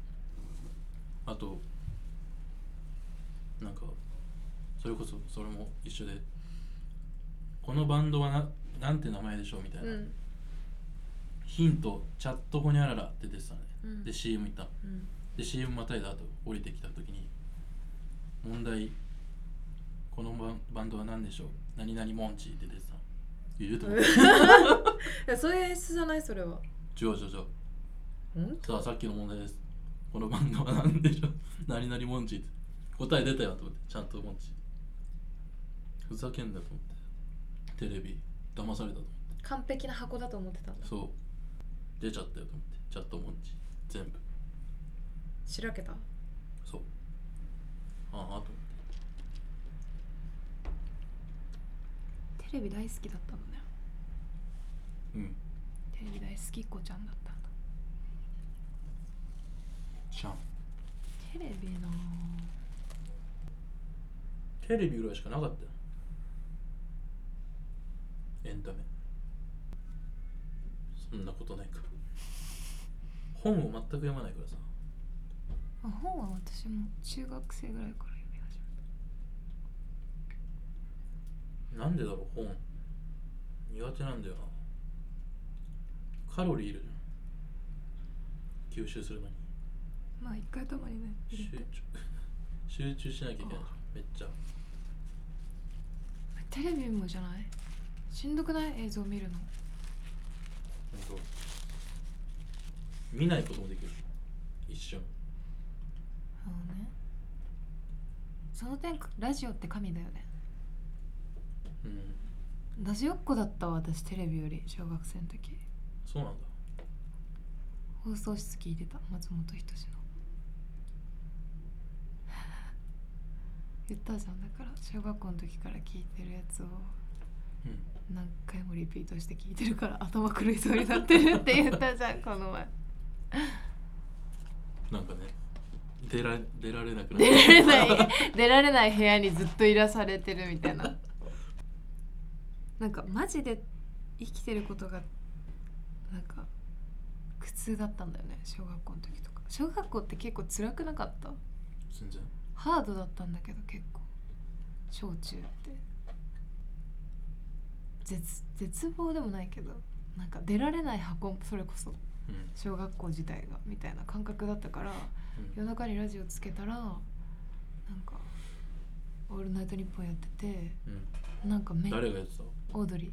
Speaker 2: あとなんかそれこそそれも一緒でこのバンドはななんて名前でしょうみたいな、
Speaker 1: うん
Speaker 2: ヒントチャットホニャララって出てたね、
Speaker 1: うん
Speaker 2: で CM 行ったの
Speaker 1: うん
Speaker 2: で CM またいだ後降りてきた時に問題このバンバンドは何でしょう何々モンチーって出てた 言うと思う
Speaker 1: いやそういう演出じゃないそれは
Speaker 2: 違う違う違うんさあさっきの問題ですこのバンドは何でしょう何々モンチーって答え出たよと思ってちゃんとモンチーふざけんなと思ってテレビ騙されたと思って
Speaker 1: 完璧な箱だと思ってたんだ
Speaker 2: そう出ちゃったよと思ってチャットモンチー全部
Speaker 1: しらけた
Speaker 2: そうああと思って
Speaker 3: テレビ大好きだったのね
Speaker 2: うん
Speaker 3: テレビ大好きっ子ちゃんだったんだ
Speaker 2: 知らん
Speaker 1: テレビの
Speaker 2: テレビぐらいしかなかったよエンタメそんなことないか本を全く読まないからさ
Speaker 1: あ本は私も中学生ぐらいから読み始め
Speaker 2: なんでだろう本苦手なんだよなカロリーいるじゃん吸収するのに
Speaker 1: たまあ一回たまにね
Speaker 2: 集中集中しなきゃいけないじゃんめっちゃ
Speaker 1: テレビもじゃないしんどくない映像見るの
Speaker 2: 本当見ないこともできる一瞬
Speaker 1: そうねその点ラジオって神だよね
Speaker 2: うん
Speaker 1: ラジオっ子だったわ私テレビより小学生の時
Speaker 2: そうなんだ
Speaker 1: 放送室聞いてた松本人志の 言ったじゃんだから小学校の時から聞いてるやつを
Speaker 2: うん
Speaker 1: 何回もリピートして聞いてるから頭狂いそうになってるって言ったじゃんこの前
Speaker 2: なんかね出ら出られなくな
Speaker 1: 出られない
Speaker 2: い
Speaker 1: 出られない部屋にずっといらされてるみたいななんかマジで生きてることがなんか苦痛だったんだよね小学校の時とか小学校って結構辛くなかった
Speaker 2: 全然
Speaker 1: ハードだったんだけど結構小中って絶絶望でもないけどなんか出られない箱それこそ
Speaker 2: うん
Speaker 1: 小学校自体がみたいな感覚だったから
Speaker 2: うん
Speaker 1: 夜中にラジオつけたらなんか「オールナイトニッポン」やってて
Speaker 2: う
Speaker 1: なんかめ
Speaker 2: ん、誰がやってた
Speaker 1: オードリー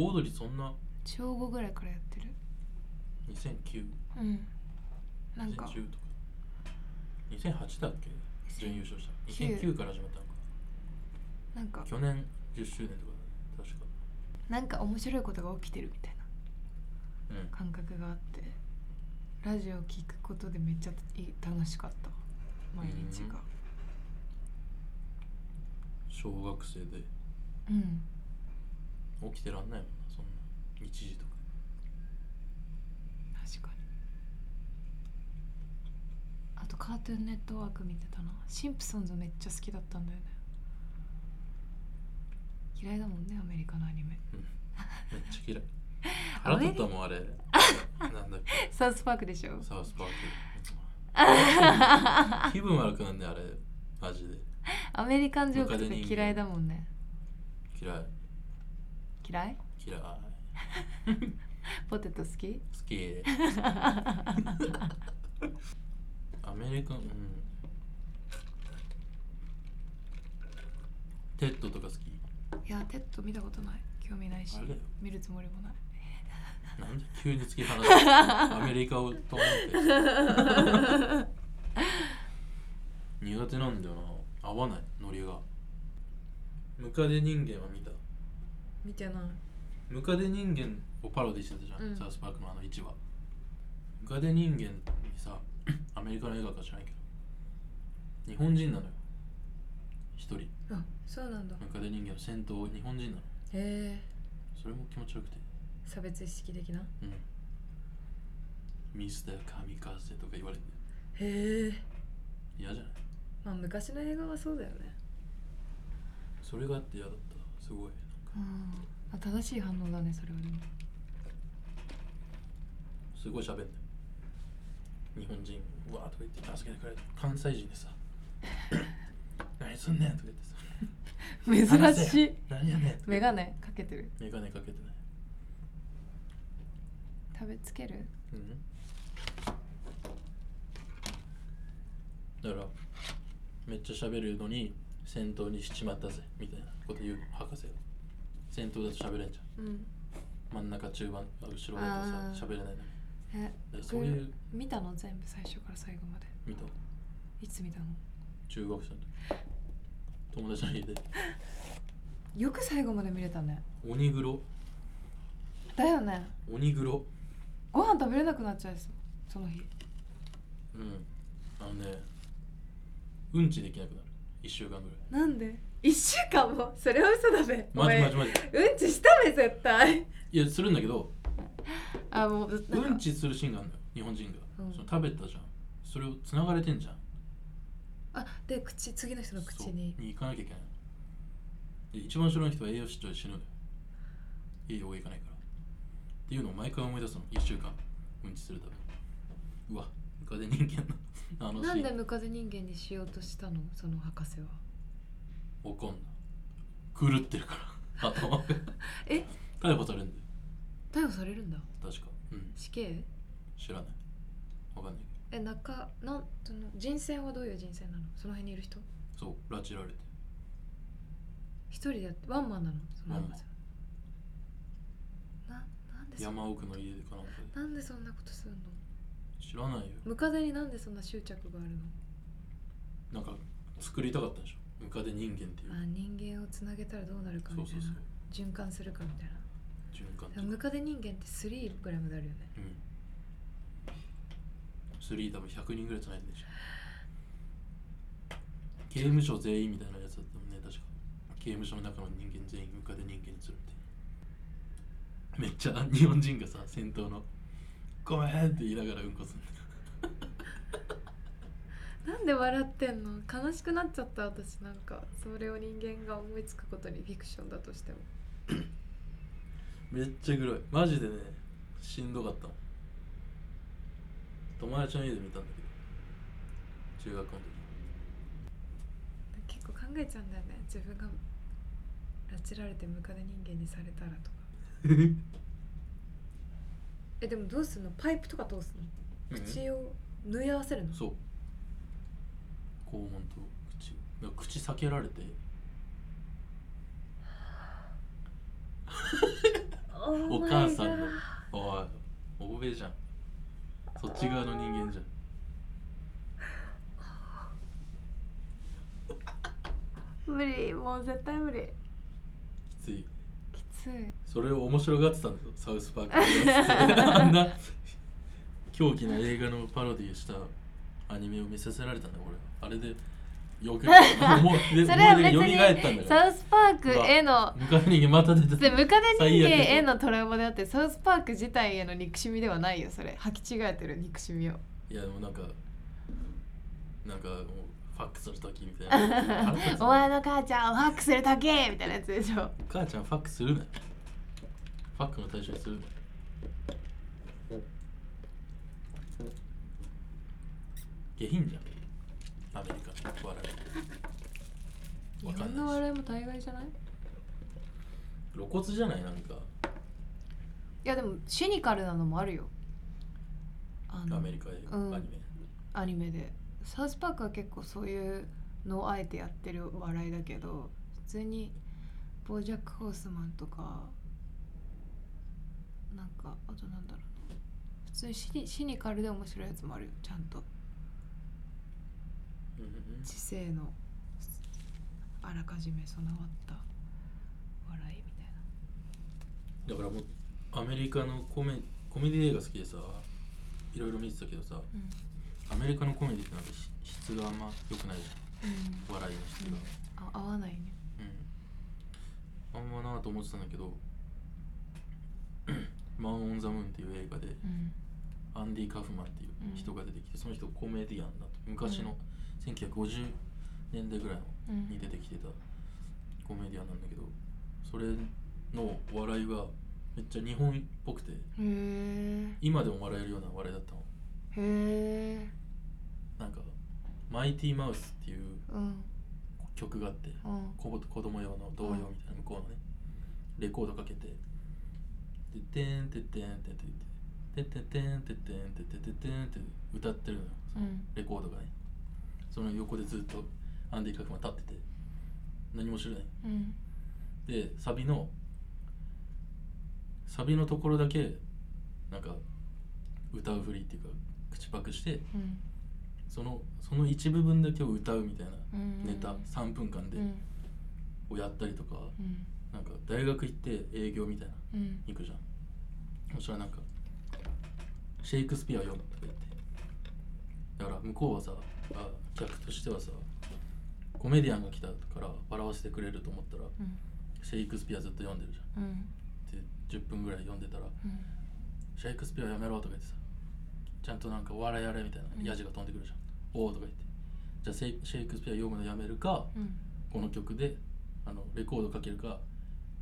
Speaker 2: オードリーそんな
Speaker 1: 小5ぐらいからやってる
Speaker 2: 2009
Speaker 1: うんなんか
Speaker 2: 2010とか2008だっけ準優勝した2009から始まったのか
Speaker 1: なんか
Speaker 2: 去年10周年とかだね確か
Speaker 1: なんか面白いことが起きてるみたいな
Speaker 2: うん
Speaker 1: 感覚があってラジオを聞くことでめっちゃいい楽しかった毎日が
Speaker 2: 小学生で
Speaker 1: うん
Speaker 2: 起きてらんないもんなそんな1時とか
Speaker 1: 確かにあとカートゥーンネットワーク見てたなシンプソンズめっちゃ好きだったんだよね嫌いだもんねアメリカのアニメ
Speaker 2: めっちゃ嫌い腹立ったもんあれなんだっけ
Speaker 1: サウスパークでし ょ
Speaker 2: サウスパーク気分悪くなんねあれマジで
Speaker 1: アメリカンジョークとか嫌いだもんね
Speaker 2: 嫌い
Speaker 1: 嫌い
Speaker 2: 嫌い好
Speaker 1: ポテト好き
Speaker 2: きアメリカンうんテッドとか好き
Speaker 1: いやテッド見たことない興味ないし
Speaker 2: あれ
Speaker 1: 見るつもりもない
Speaker 2: なんで急に突き放すアメリカをと 思って苦手なんだよな合わないノリがムカデ人間は見た
Speaker 4: 見てない
Speaker 2: ムカデ人間をパロディしてたじゃん、
Speaker 4: うん
Speaker 2: サウスパークのあの1話ムカデ人間にさアメリカの映画か知らないけど日本人なのよ一人
Speaker 4: あそうなんだへ
Speaker 2: ムカデ人間の先頭日本人なの
Speaker 4: え
Speaker 2: それも気持ちよくて
Speaker 4: 差別意識的な
Speaker 2: うんミスターカミカゼとか言われて
Speaker 4: へえ
Speaker 2: 嫌じゃない
Speaker 4: まあ昔の映画はそうだよね
Speaker 2: それがあって嫌だったすごい
Speaker 1: うんあ正しい反応だねそれはでも
Speaker 2: すごい喋んだよ日本人うわーとか言って助けてくれと関西人で さ何すんねんとか言ってさ
Speaker 1: 珍しい
Speaker 2: 何やねんとか
Speaker 1: メガネかけてる
Speaker 2: メガネかけてない
Speaker 1: 食べつける
Speaker 2: うんだからめっちゃ喋るのに戦闘にしちまったぜみたいなこと言うの博士が戦闘だと喋れんじゃん
Speaker 4: うん
Speaker 2: 真ん中中盤あ後ろだ
Speaker 1: あー
Speaker 2: とさ喋れないのにだか
Speaker 1: え
Speaker 2: らそういう
Speaker 1: 見たの全部最初から最後まで
Speaker 2: 見た
Speaker 1: いつ見たの
Speaker 2: 中学生の時友達の家で
Speaker 1: よく最後まで見れたね
Speaker 2: 鬼黒
Speaker 1: だよね
Speaker 2: 鬼黒
Speaker 1: ご飯食べれなくなっちゃいそうその日
Speaker 2: うんあのねうんちできなくなる1週間ぐらい
Speaker 1: なんで
Speaker 4: 1週間もそれは嘘だべお
Speaker 2: マジ
Speaker 4: 前
Speaker 2: マジマジ
Speaker 4: うんちしたべ絶対
Speaker 2: いやするんだけど
Speaker 1: あもうな
Speaker 2: うんん
Speaker 1: か
Speaker 2: ちするシーンがあるのよ日本人が、
Speaker 4: うん
Speaker 2: その食べたじゃんそれをつながれてんじゃん
Speaker 1: あで口次の人の口に
Speaker 2: そう行かなきゃいけないで一番後ろの人は栄養失調で死ぬのよ栄養がいかないからっていうのを毎回思い出すの1週間うんちするたびうわムカデ人間 なあのシ
Speaker 1: なんで
Speaker 2: ーン
Speaker 1: ムカデ人間にしようとしたのその博士は
Speaker 2: 怒んな狂ってるから 頭が
Speaker 1: え
Speaker 2: 逮捕されるんだよ
Speaker 1: 逮捕されるんだ
Speaker 2: 確かうん
Speaker 1: 死刑
Speaker 2: 知らないわかんないけ
Speaker 1: え中なんその人選はどういう人選なのその辺にいる人
Speaker 2: どそう拉致られて
Speaker 1: 一人でやってワンマンなのその
Speaker 2: ワンマン
Speaker 1: 博士はななんでそ
Speaker 2: 山奥の家でかなんかで
Speaker 1: なんでそんなことするの
Speaker 2: 知らないよ
Speaker 1: ムカデになんでそんな執着があるの
Speaker 2: なんか作りたかったんでしょムカデ人間っていう
Speaker 1: あ人間をつなげたらどうなるかみ
Speaker 2: そう
Speaker 1: たい
Speaker 2: そう
Speaker 1: な
Speaker 2: そう
Speaker 1: 循環するかみたいな
Speaker 2: 循環
Speaker 1: でもムカデ人間って3グラムであるよね
Speaker 2: うん。3多分100人ぐらいつないでんでしょ。刑務所全員みたいなやつだったもんね、確か。刑務所の中の人間全員ムカデ人間にするって。めっちゃ日本人がさ、戦闘の、ごめんって言いながらうんこすんだよ。
Speaker 1: なんで笑ってんの悲しくなっちゃった私なんかそれを人間が思いつくことにフィクションだとしても
Speaker 2: めっちゃ黒い。マジでね、しんどかったもん。友達の家で見たんだけど、中学校の時。
Speaker 1: 結構考えちゃうんだよね自分が拉致られてムカデ人間にされたらとかえでもどうすんのパイプとか通すの口を縫い合わせるの
Speaker 2: そう肛門と口だから口避けられてお母さんのおい欧米じゃんそっち側の人間じゃん
Speaker 3: 無理もう絶対無理
Speaker 2: きつい
Speaker 3: きつい
Speaker 2: それを面白がってたんだよサウスパーク のやつあんな狂気な映画のパロディしたアニメを見させられたんだよ俺あれでよく思い 出
Speaker 3: それは
Speaker 2: 思い出
Speaker 3: 別
Speaker 2: が蘇った
Speaker 3: に
Speaker 2: んだから
Speaker 3: サウスパークへの
Speaker 2: ムカデ人間また出て
Speaker 3: で
Speaker 2: た
Speaker 3: ムカデ人間へのトラウマであってサウスパーク自体への憎しみではないよそれ履き違えてる憎しみを
Speaker 2: いやでもなんかなんかもうファックスの時みた いな腹立つ
Speaker 3: お
Speaker 2: な
Speaker 3: 前の母ちゃんをファックするだけみたいなやつでしょ
Speaker 2: 母ちゃんファックするなよファックの対象にするなよ下品じゃんアメリカ笑いわかん
Speaker 3: 日本の
Speaker 2: ないし
Speaker 3: 笑いも大概じゃないい
Speaker 2: 露骨じゃないなんか
Speaker 3: やでもシニカルなのもあるよあ
Speaker 2: ア
Speaker 3: の
Speaker 2: メリカでア
Speaker 3: うん
Speaker 2: ニメ、
Speaker 3: アニメでサウスパークは結構そういうのをあえてやってる笑いだけど普通にボージャック・ホースマンとかなんかあとなんだろうな普通にシニシニカルで面白いやつもあるよちゃんと
Speaker 2: うんうんうん
Speaker 3: 知性のあらかじめ備わった笑いみたいな
Speaker 2: だからもうアメリカのコメコメディ映画好きでさいろいろ見てたけどさ、アメリカのコメディってなんかし質があんま良くないじゃん笑いの質が、
Speaker 3: あ合わないね
Speaker 2: うん、あんまなと思ってたんだけど 「マン・オン・ザ・ムーン」っていう映画で
Speaker 3: うん
Speaker 2: アンディ・カフマンっていう人が出てきて、その人コメディアンだと昔の1950年代ぐらいの
Speaker 3: うん
Speaker 2: に出てきてたコメディアンなんだけどそれの笑いがめっちゃ日本っぽくて
Speaker 3: へー
Speaker 2: 今でも笑えるような笑いだったの
Speaker 3: へえ
Speaker 2: なんか「マイティ・マウス」っていう
Speaker 3: うん
Speaker 2: 曲があって
Speaker 3: うん
Speaker 2: 子子供用の童謡みたいな向こうのね、レコードかけて「てってんてってんてっててててんてってんててててん」って歌ってるのよ
Speaker 3: うん
Speaker 2: レコードがねその横でずっとアンディ・カフマン立ってて何も知らない
Speaker 3: うん
Speaker 2: でサビのサビのところだけなんか歌うふりっていうか口パクして
Speaker 3: うん
Speaker 2: そのその一部分だけを歌うみたいな
Speaker 3: うん
Speaker 2: ネタ3分間で
Speaker 3: うん
Speaker 2: をやったりとか、
Speaker 3: うん
Speaker 2: なんか大学行って営業みたいな
Speaker 3: うん
Speaker 2: 行くじゃんそしたらなんかシェイクスピア読むとか言ってだから向こうはさあ客としてはさコメディアンが来たから笑わせてくれると思ったら
Speaker 3: うん
Speaker 2: シェイクスピアずっと読んでるじ
Speaker 3: うん
Speaker 2: ゃんで10分ぐらい読んでたら
Speaker 3: うん
Speaker 2: シェイクスピアやめろとか言ってさちゃんとなんかお笑いやれみたい
Speaker 3: うん
Speaker 2: なヤジが飛んでくるじゃん、おおとか言ってじゃあセイシェイクスピア読むのやめるか
Speaker 3: うん
Speaker 2: この曲であのレコードかけるか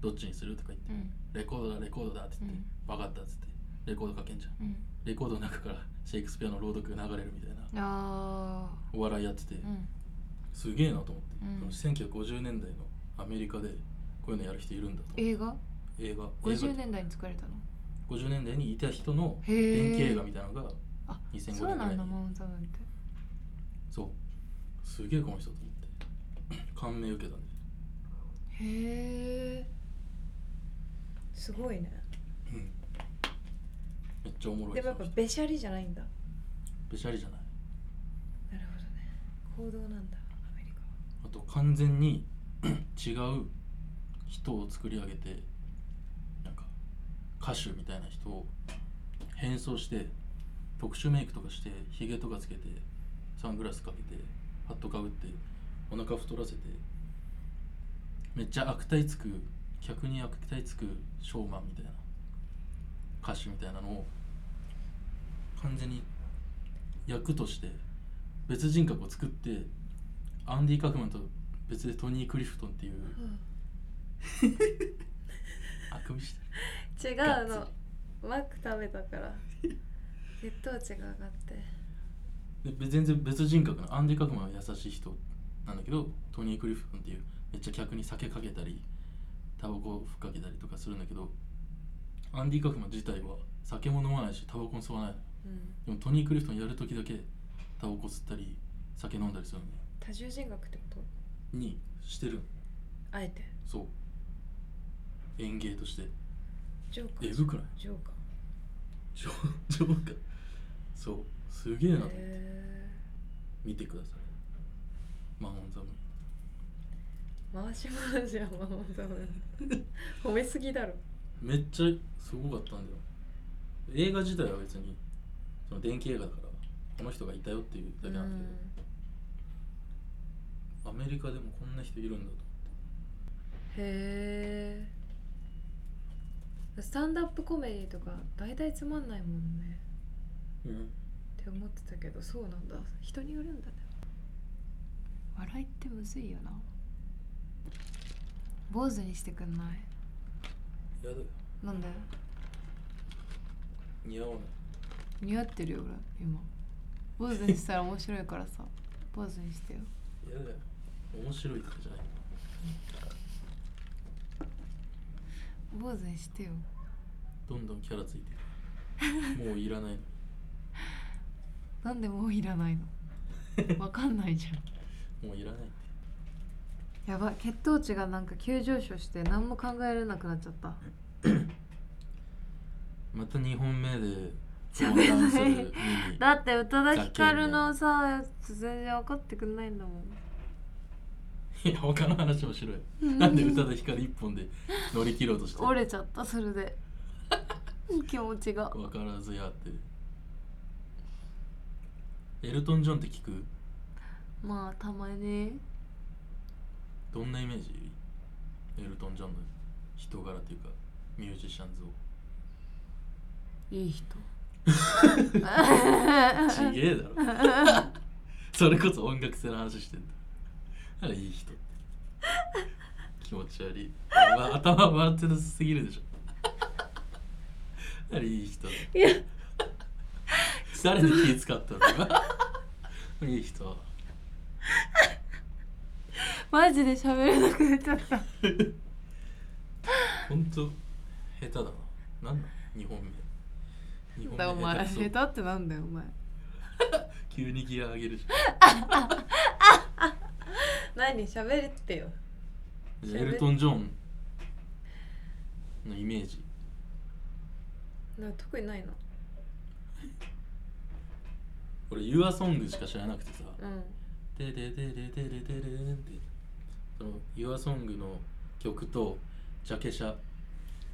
Speaker 2: どっちにするとか言って、
Speaker 3: うん
Speaker 2: レコードだレコードだって言って、分かったっつってレコードかけんじゃん
Speaker 3: うん
Speaker 2: レコードの中からシェイクスピアの朗読が流れるみたいな
Speaker 3: あ
Speaker 2: お笑いやってて、
Speaker 3: ーうん
Speaker 2: すげえなと思って、
Speaker 3: うん
Speaker 2: その1950年代のアメリカでこういうのやる人いるんだと思って
Speaker 3: 映画
Speaker 2: 映画映画
Speaker 3: 50年代に作られたの
Speaker 2: 50年代にいた人の
Speaker 3: へえ
Speaker 2: 電気映画みたいなのが
Speaker 3: あ
Speaker 2: 2005年
Speaker 3: そうなん
Speaker 2: ぐら
Speaker 3: だ
Speaker 2: いに
Speaker 3: マウンザムって
Speaker 2: そうすげえこの人と思って 感銘受けたんで
Speaker 1: へえすごいね
Speaker 2: めっちゃおもろい
Speaker 1: でもやっぱ
Speaker 2: その人
Speaker 1: べしゃりじゃないんだ
Speaker 2: べしゃりじゃない
Speaker 1: なるほどね行動なんだアメリカは
Speaker 2: あと完全に 違う人を作り上げてなんか歌手みたいな人を変装して特殊メイクとかしてひげとかつけてサングラスかけてハットかぶってお腹太らせてめっちゃ悪態つく客に悪態つくショーマンみたいな歌手みたいなのを完全に役として別人格を作ってアンディ・カフマンと別でトニー・クリフトンっていうあくびしてる
Speaker 1: 違
Speaker 2: が
Speaker 1: う
Speaker 2: っつ
Speaker 1: のマック食べたから 血糖値が上がって
Speaker 2: でべ全然別人格のアンディ・カフマンは優しい人なんだけどトニー・クリフトンっていうめっちゃ客に酒かけたりタバコをふっかけたりとかするんだけどアンディ・カフマン自体は酒も飲まないしタバコも吸わない
Speaker 1: うん
Speaker 2: でもトニー・クリフトンやる時だけタバコ吸ったり酒飲んだりするんだよ
Speaker 1: 多重人格ってこと
Speaker 2: にしてる
Speaker 1: あえて
Speaker 2: そう演芸として
Speaker 1: ジョーカー
Speaker 2: えぐくない
Speaker 1: ジョーカー
Speaker 2: 上上下そうすげえなと思って
Speaker 1: へ
Speaker 2: 見てくださいマンオンザム
Speaker 1: ー回し回しはママさん 褒めすぎだろ
Speaker 2: めっちゃすごかったんだよ映画自体は別にその電気映画だからこの人がいたよっていうだけなんだけどアメリカでもこんな人いるんだと
Speaker 1: へえスタンダップコメディとか大体つまんないもんねって思ってたけどそうなんだ人によるんだね
Speaker 3: 笑いってむずいよな坊主にしてくんない
Speaker 2: やだよ
Speaker 3: なんだよ
Speaker 2: 似合わない
Speaker 3: 似合ってるよ俺今坊主にしたら面白いからさ坊主にしてよ
Speaker 2: やだよ面白いとかじゃない
Speaker 3: 坊主にしてよ
Speaker 2: どんどんキャラつい てるもういらないの
Speaker 3: なんでもういらないのわかんないじゃん
Speaker 2: もういらないって
Speaker 3: やばい血糖値がなんか急上昇して何も考えられなくなっちゃった
Speaker 2: また2本目で
Speaker 3: 喋らない
Speaker 2: 相談する耳
Speaker 3: だって宇多田ヒカルのさやつ全然分かってくんないんだもん
Speaker 2: いや他の話面白いなんで宇多田ヒカル一本で乗り切ろうとしてる
Speaker 3: 折れちゃったそれ で気持ちが
Speaker 2: 分からずやってエルトン・ジョンって聞く
Speaker 3: まあたまに
Speaker 2: どんなイメージエルトン・ジョンの人柄っていうかミュージシャン像
Speaker 3: いい人
Speaker 2: ちげえだろそれこそ音楽性の話してんだあれいい人って気持ち悪い、ま、頭回ってなさすぎるでしょあれいい人
Speaker 1: いや
Speaker 2: 誰に気使ったの今いい人
Speaker 3: マジで喋れなくなっちゃった
Speaker 2: ほんと下手だななんなん2本目二
Speaker 3: だお
Speaker 2: 本目
Speaker 3: 前
Speaker 2: 下手くそ
Speaker 3: 下手ってなんだよお前
Speaker 2: 急にギア上げるじ
Speaker 1: 何喋ってよ
Speaker 2: ゃ んじゃあエルトン・ジョンのイメージ
Speaker 1: な特にないの
Speaker 2: 俺 Your Song しか知らなくてさ
Speaker 1: うん
Speaker 2: 「テレテレテレテレン」ってその Your Song の曲とジャケシャ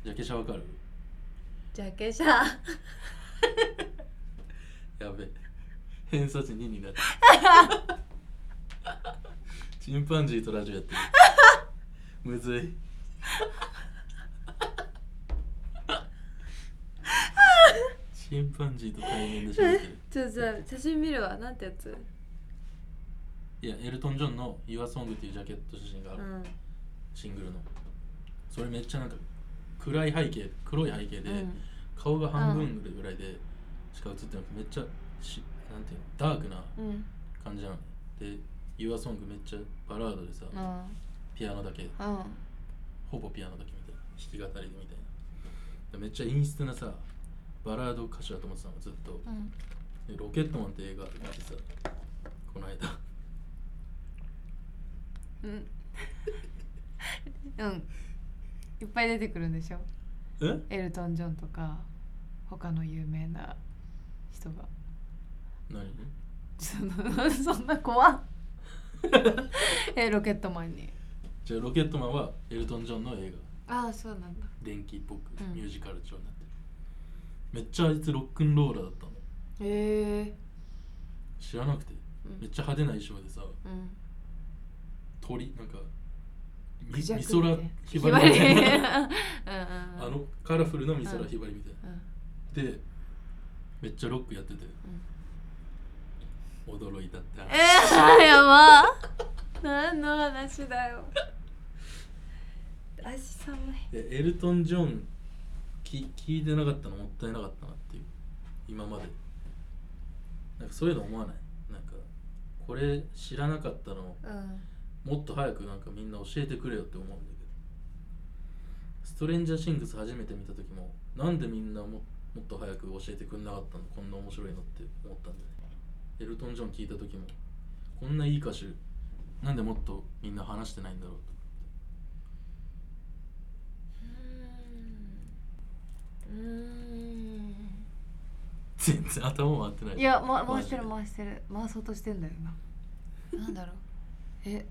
Speaker 2: ジャケシャわかる
Speaker 1: じゃあけしゃ
Speaker 2: やべ偏差値2 になったチンパンジーとラジオやってるむずいチチンパンジーと対面で喋ってる
Speaker 1: ちょっとじゃあ写真見るわなんてやつ
Speaker 2: いやエルトン・ジョンの「YourSong」っていうジャケット写真があ
Speaker 1: う
Speaker 2: る、
Speaker 1: ん
Speaker 2: シングルのそれめっちゃなんか暗い背景黒い背景で、顔が半分ぐらいでしか写ってなくてめっちゃしなんていうのダークな
Speaker 3: うんうん
Speaker 2: 感じなので「YourSong」めっちゃバラードでさ、
Speaker 3: うん
Speaker 2: ピアノだけ
Speaker 3: うん
Speaker 2: ほぼピアノだけみたいな弾き語りでみたいなめっちゃ陰湿なさバラード歌手だと思ってたのずっと
Speaker 3: うん
Speaker 2: でロケットマンって映画見てさこの間
Speaker 3: うんうんいっぱい出てくるんでしょ
Speaker 2: え
Speaker 3: エルトン・ジョンとか他の有名な人が
Speaker 2: 何
Speaker 3: そのそんな怖っ えロケットマンに
Speaker 2: じゃあロケットマンはエルトン・ジョンの映画
Speaker 3: ああそうなんだ
Speaker 2: 電気っぽく
Speaker 3: うん
Speaker 2: ミュージカル調になってる、めっちゃあいつロックンローラーだったの
Speaker 3: へえ
Speaker 2: 知らなくてめっちゃ派手な衣装でさ
Speaker 3: うん
Speaker 2: 鳥なんかみ
Speaker 3: ク
Speaker 2: 美
Speaker 3: ジャク
Speaker 2: 空
Speaker 3: み
Speaker 2: ひばり
Speaker 3: た
Speaker 2: み
Speaker 3: いな
Speaker 2: た
Speaker 3: ひば
Speaker 2: い
Speaker 3: り
Speaker 2: な
Speaker 3: うんうん
Speaker 2: あのカラフルな美空ひばりみたいな
Speaker 3: うん
Speaker 2: でめっちゃロックやってて、驚いたって話
Speaker 3: えー、やば何の話だよ足寒い
Speaker 2: でエルトン・ジョンき聞いてなかったのもったいなかったなっていう今までなんかそういうの思わないなんかこれ知らなかったの
Speaker 3: うん
Speaker 2: もっと早くなんかみんな教えてくれよって思うんだけどストレンジャー・シングス初めて見た時もなんでみんなももっと早く教えてくれなかったのこんな面白いのって思ったんだよねエルトン・ジョン聞いた時もこんないい歌手なんでもっとみんな話してないんだろうと
Speaker 1: うーん
Speaker 2: 全然頭回ってない
Speaker 3: いや、ま、
Speaker 2: マ
Speaker 3: 回
Speaker 2: ジ
Speaker 3: し
Speaker 2: で
Speaker 3: てる回してる回そうとしてんだよななんだろうえ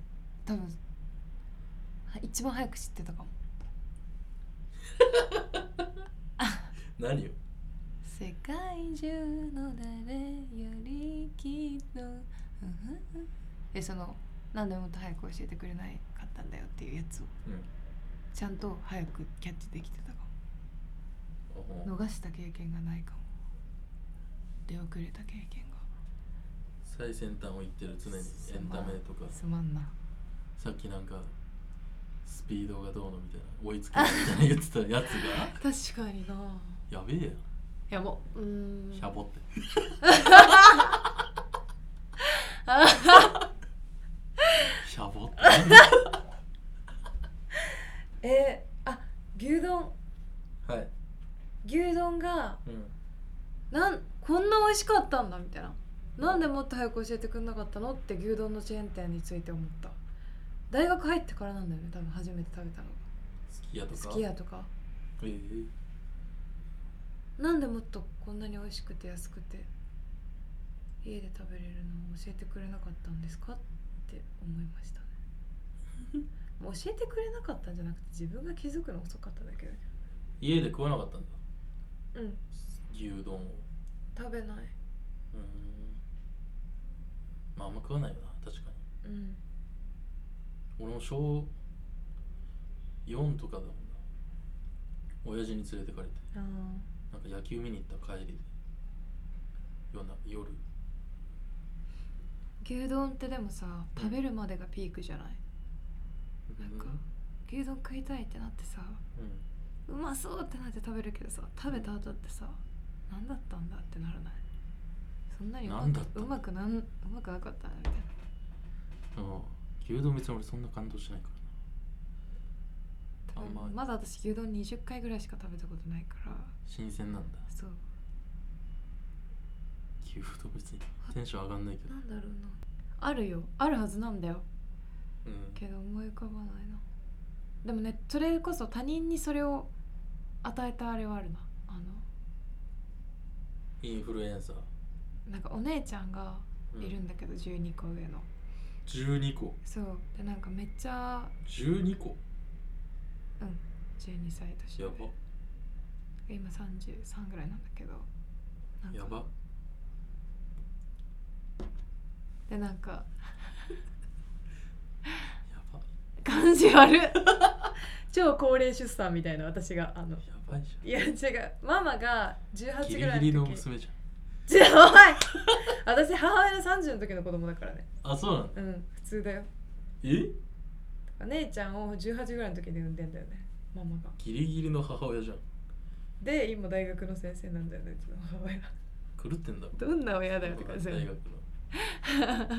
Speaker 3: 多分は一番早く知ってたかも
Speaker 2: 何よ
Speaker 3: 世界中の誰よりきっとえそのなんでもっと早く教えてくれないかったんだよっていうやつを
Speaker 2: うん
Speaker 3: ちゃんと早くキャッチできてたかも逃した経験がないかも出遅れた経験が
Speaker 2: 最先端を行ってる常にエンタメとか
Speaker 3: すまんな
Speaker 2: さっきなんかスピードがどうのみたいな追いつけないみたいな言ってたやつが
Speaker 3: 確かにな
Speaker 2: やべえや
Speaker 3: やもううーん
Speaker 2: んシャボってシャボってなんだ
Speaker 1: えー、あ牛丼
Speaker 2: はい、
Speaker 1: 牛丼が
Speaker 2: うん、
Speaker 1: なんこんな美味しかったんだみたいななんでもっと早く教えてくれなかったのって牛丼のチェーン店について思った大学入ってからなんだよね多分初めて食べたの
Speaker 2: スキヤとか
Speaker 1: 好きやとか
Speaker 2: ええ
Speaker 1: なんでもっとこんなに美味しくて安くて家で食べれるのを教えてくれなかったんですかって思いましたね もう教えてくれなかったんじゃなくて自分が気づくの遅かっただけだけ
Speaker 2: 家で食わなかったんだ
Speaker 1: どうん
Speaker 2: 牛丼を
Speaker 1: 食べない
Speaker 2: うんまああんま食わないよな確かに
Speaker 1: うん
Speaker 2: 俺も小4とかだもんな親父に連れてかれて
Speaker 1: あ
Speaker 2: なんか野球見に行った帰りで夜な夜
Speaker 1: 牛丼ってでもさ食べるまでがピークじゃないなんか牛丼食いたいってなってさ
Speaker 2: うん
Speaker 1: うまそうってなって食べるけどさ食べた後ってさ何だったんだってならないそんなにうま
Speaker 2: 何だった
Speaker 1: くうまくなんうまくなかったなみたいな
Speaker 2: うん牛丼別に俺そんな感動しないから
Speaker 1: 多
Speaker 2: あんま
Speaker 1: 分まだ私牛丼20回ぐらいしか食べたことないから
Speaker 2: 新鮮なんだ
Speaker 1: そう
Speaker 2: 牛丼別にテンション上がんないけど
Speaker 1: なんだろうなあるよあるはずなんだよ
Speaker 2: うん
Speaker 1: けど思い浮かばないなでもねそれこそ他人にそれを与えたあれはあるなあの
Speaker 2: インフルエンサー
Speaker 1: なんかお姉ちゃんが
Speaker 2: うん
Speaker 1: いるんだけど、12個上の
Speaker 2: 12個
Speaker 1: そうでなんかめっちゃ
Speaker 2: 12個
Speaker 1: 12歳年上
Speaker 2: やば
Speaker 1: 今33ぐらいなんだけどなんか
Speaker 2: やば
Speaker 1: でなんか
Speaker 2: やば
Speaker 3: 感じ悪っ
Speaker 1: 超高齢出産みたいな私があの
Speaker 2: やばいじ
Speaker 1: いや違うママが
Speaker 2: ゃんギ
Speaker 1: 18ぐ
Speaker 2: リ
Speaker 1: ら
Speaker 2: ギ
Speaker 1: い
Speaker 2: リの
Speaker 1: の時
Speaker 2: 娘じゃん
Speaker 1: じゃあおい私母親の30の時の子供だからね
Speaker 2: あそうなんだ
Speaker 1: うん普通だよ
Speaker 2: え
Speaker 1: 姉ちゃんを18ぐらいの時で産んでんだよねママが
Speaker 2: ギリギリの母親じゃん
Speaker 1: で今大学の先生なんだよねうちの母親
Speaker 2: 狂ってんだ
Speaker 1: どんな親だ
Speaker 2: 大
Speaker 1: よって
Speaker 2: 学の
Speaker 1: 感じだよね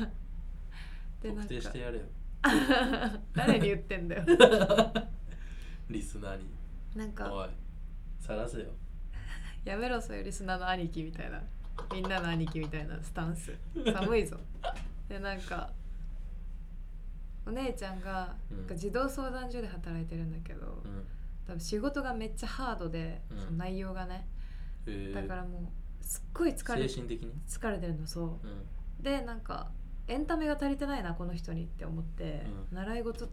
Speaker 1: でな
Speaker 2: 特
Speaker 1: んか
Speaker 2: 定してやれよ
Speaker 1: 誰に言ってんだ よ
Speaker 2: リスナーに
Speaker 1: なんか
Speaker 2: おい晒せよ
Speaker 1: やめろそういうリスナーの兄貴みたいなみんなの兄貴みたいなスタンス寒いぞでなんかお姉ちゃんが
Speaker 2: うん
Speaker 1: なんか児童相談所で働いてるんだけど、
Speaker 2: うん
Speaker 1: 多分仕事がめっちゃハードで、
Speaker 2: うん
Speaker 1: その内容がね
Speaker 2: えー
Speaker 1: だからもうすっごい疲れ
Speaker 2: 精神的に
Speaker 1: 疲れてるのそ
Speaker 2: うん
Speaker 1: うでなんかエンタメが足りてないなこの人にって思って、
Speaker 2: う
Speaker 1: 習い事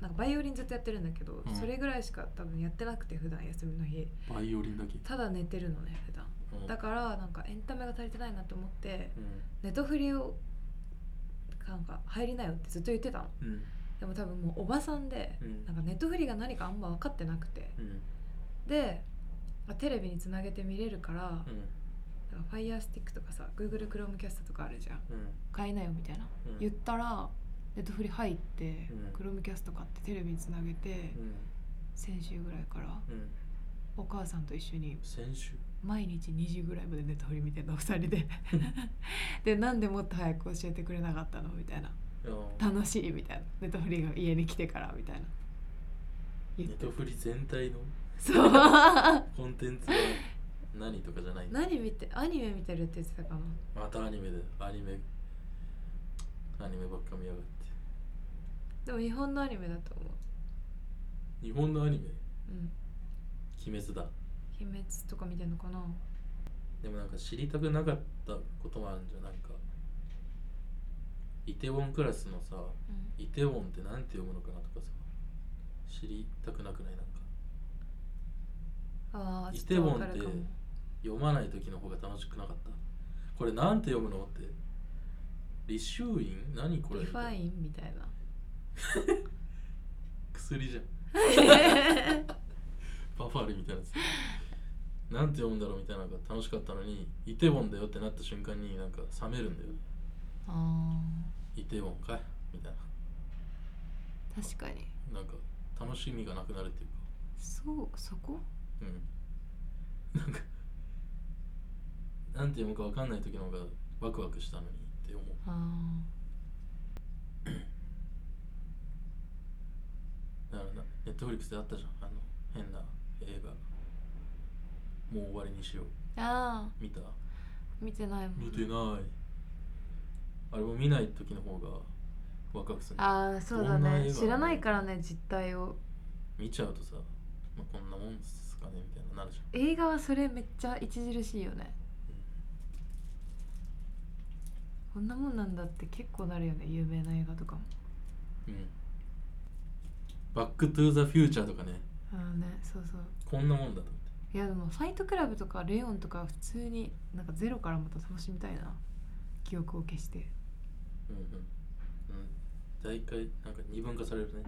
Speaker 1: なんかバイオリンずっとやってるんだけど、
Speaker 2: うん
Speaker 1: それぐらいしか多分やってなくて普段休みの日
Speaker 2: バイオリンだけ
Speaker 1: ただ寝てるのね普段
Speaker 2: うん
Speaker 1: だからなんかエンタメが足りてないなと思って
Speaker 2: う
Speaker 1: ネトフリをなんか入りなよってずっと言ってたの
Speaker 2: んうん
Speaker 1: でも多分もうおばさんで
Speaker 2: うん
Speaker 1: なんかネットフリが何かあんま分かってなくて
Speaker 2: うん
Speaker 1: であテレビにつなげて見れるからなんか
Speaker 2: うん
Speaker 1: FirestiQ とかさ Google Chromecast とかあるじゃん
Speaker 2: うん
Speaker 3: 買いなよみたいな
Speaker 2: うん
Speaker 3: 言ったらネットフリ入って
Speaker 2: うん
Speaker 3: クロムキャスト買ってテレビにつなげて
Speaker 2: う
Speaker 3: 先週ぐらいから
Speaker 2: んうん
Speaker 3: お母さんと一緒に
Speaker 2: 先週
Speaker 3: 毎日2時ぐらいまでネタフリみたいなお 二人ででなんでもっと早く教えてくれなかったのみたいな
Speaker 2: うん
Speaker 3: 楽しいみたいなネタフリが家に来てからみたいな言っ
Speaker 2: ネ
Speaker 3: て
Speaker 2: トフリ全体の
Speaker 3: そう
Speaker 2: コンテンツは何とかじゃないんだ
Speaker 1: 何見てアニメ見てるって言ってたかな
Speaker 2: またアニメだよアニメアニメばっか見やがって
Speaker 1: でも日本のアニメだと思う
Speaker 2: 日本のアニメ
Speaker 1: うん
Speaker 2: 鬼滅だ
Speaker 1: 秘密とか見てんのかな
Speaker 2: でもなんか知りたくなかったこともあるんじゃんなんかイテウォンクラスのさ
Speaker 1: うん
Speaker 2: イテウォンってなんて読むのかなとかさ知りたくなくないなんか
Speaker 1: ああ
Speaker 2: イ
Speaker 1: ち
Speaker 2: テ
Speaker 1: ょっ
Speaker 2: ウ
Speaker 1: と
Speaker 2: ォ
Speaker 1: 分か
Speaker 2: ンって
Speaker 1: るかも
Speaker 2: 読まない時の方が楽しくなかったこれなんて読むのってリシューイン何これ
Speaker 1: リファインみたいな
Speaker 2: 薬じゃんバファリンみたいなやつなんて読むんだろうみたいなのが楽しかったのにイテウォンだよってなった瞬間になんか冷めるんだよね
Speaker 3: あ
Speaker 2: イテウォンかいみたい
Speaker 3: ー確かに
Speaker 2: ななんか楽しみがなくなるっていうか
Speaker 3: そうそこ
Speaker 2: うんなんかなんて読むかわかんない時の方がワクワクしたのにって思う
Speaker 3: あー
Speaker 2: だからなネットフリックスであったじゃんあの変な映画もう終わりにしよう
Speaker 3: あ
Speaker 2: 見た
Speaker 3: ー見てないもん
Speaker 2: 見てないあれも見ない時の方がワクワクする
Speaker 3: ああそうだ
Speaker 2: どんな映画な
Speaker 3: ね
Speaker 2: の
Speaker 3: 知らないからね実態を
Speaker 2: 見ちゃうとさ、まあ、こんなもんっすかねみたいななるじゃん
Speaker 3: 映画はそれめっちゃ著しいよねこんなもんなんだって結構なるよね有名な映画とかも
Speaker 2: うんバックトゥーザフューチャーとかね
Speaker 3: あのねそうそう
Speaker 2: こんなもんだと思って
Speaker 3: いやでもファイトクラブとかレオンとか普通になんかゼロからまた楽しみたいな記憶を消して
Speaker 2: うんうんうん大体なんか二分化されるね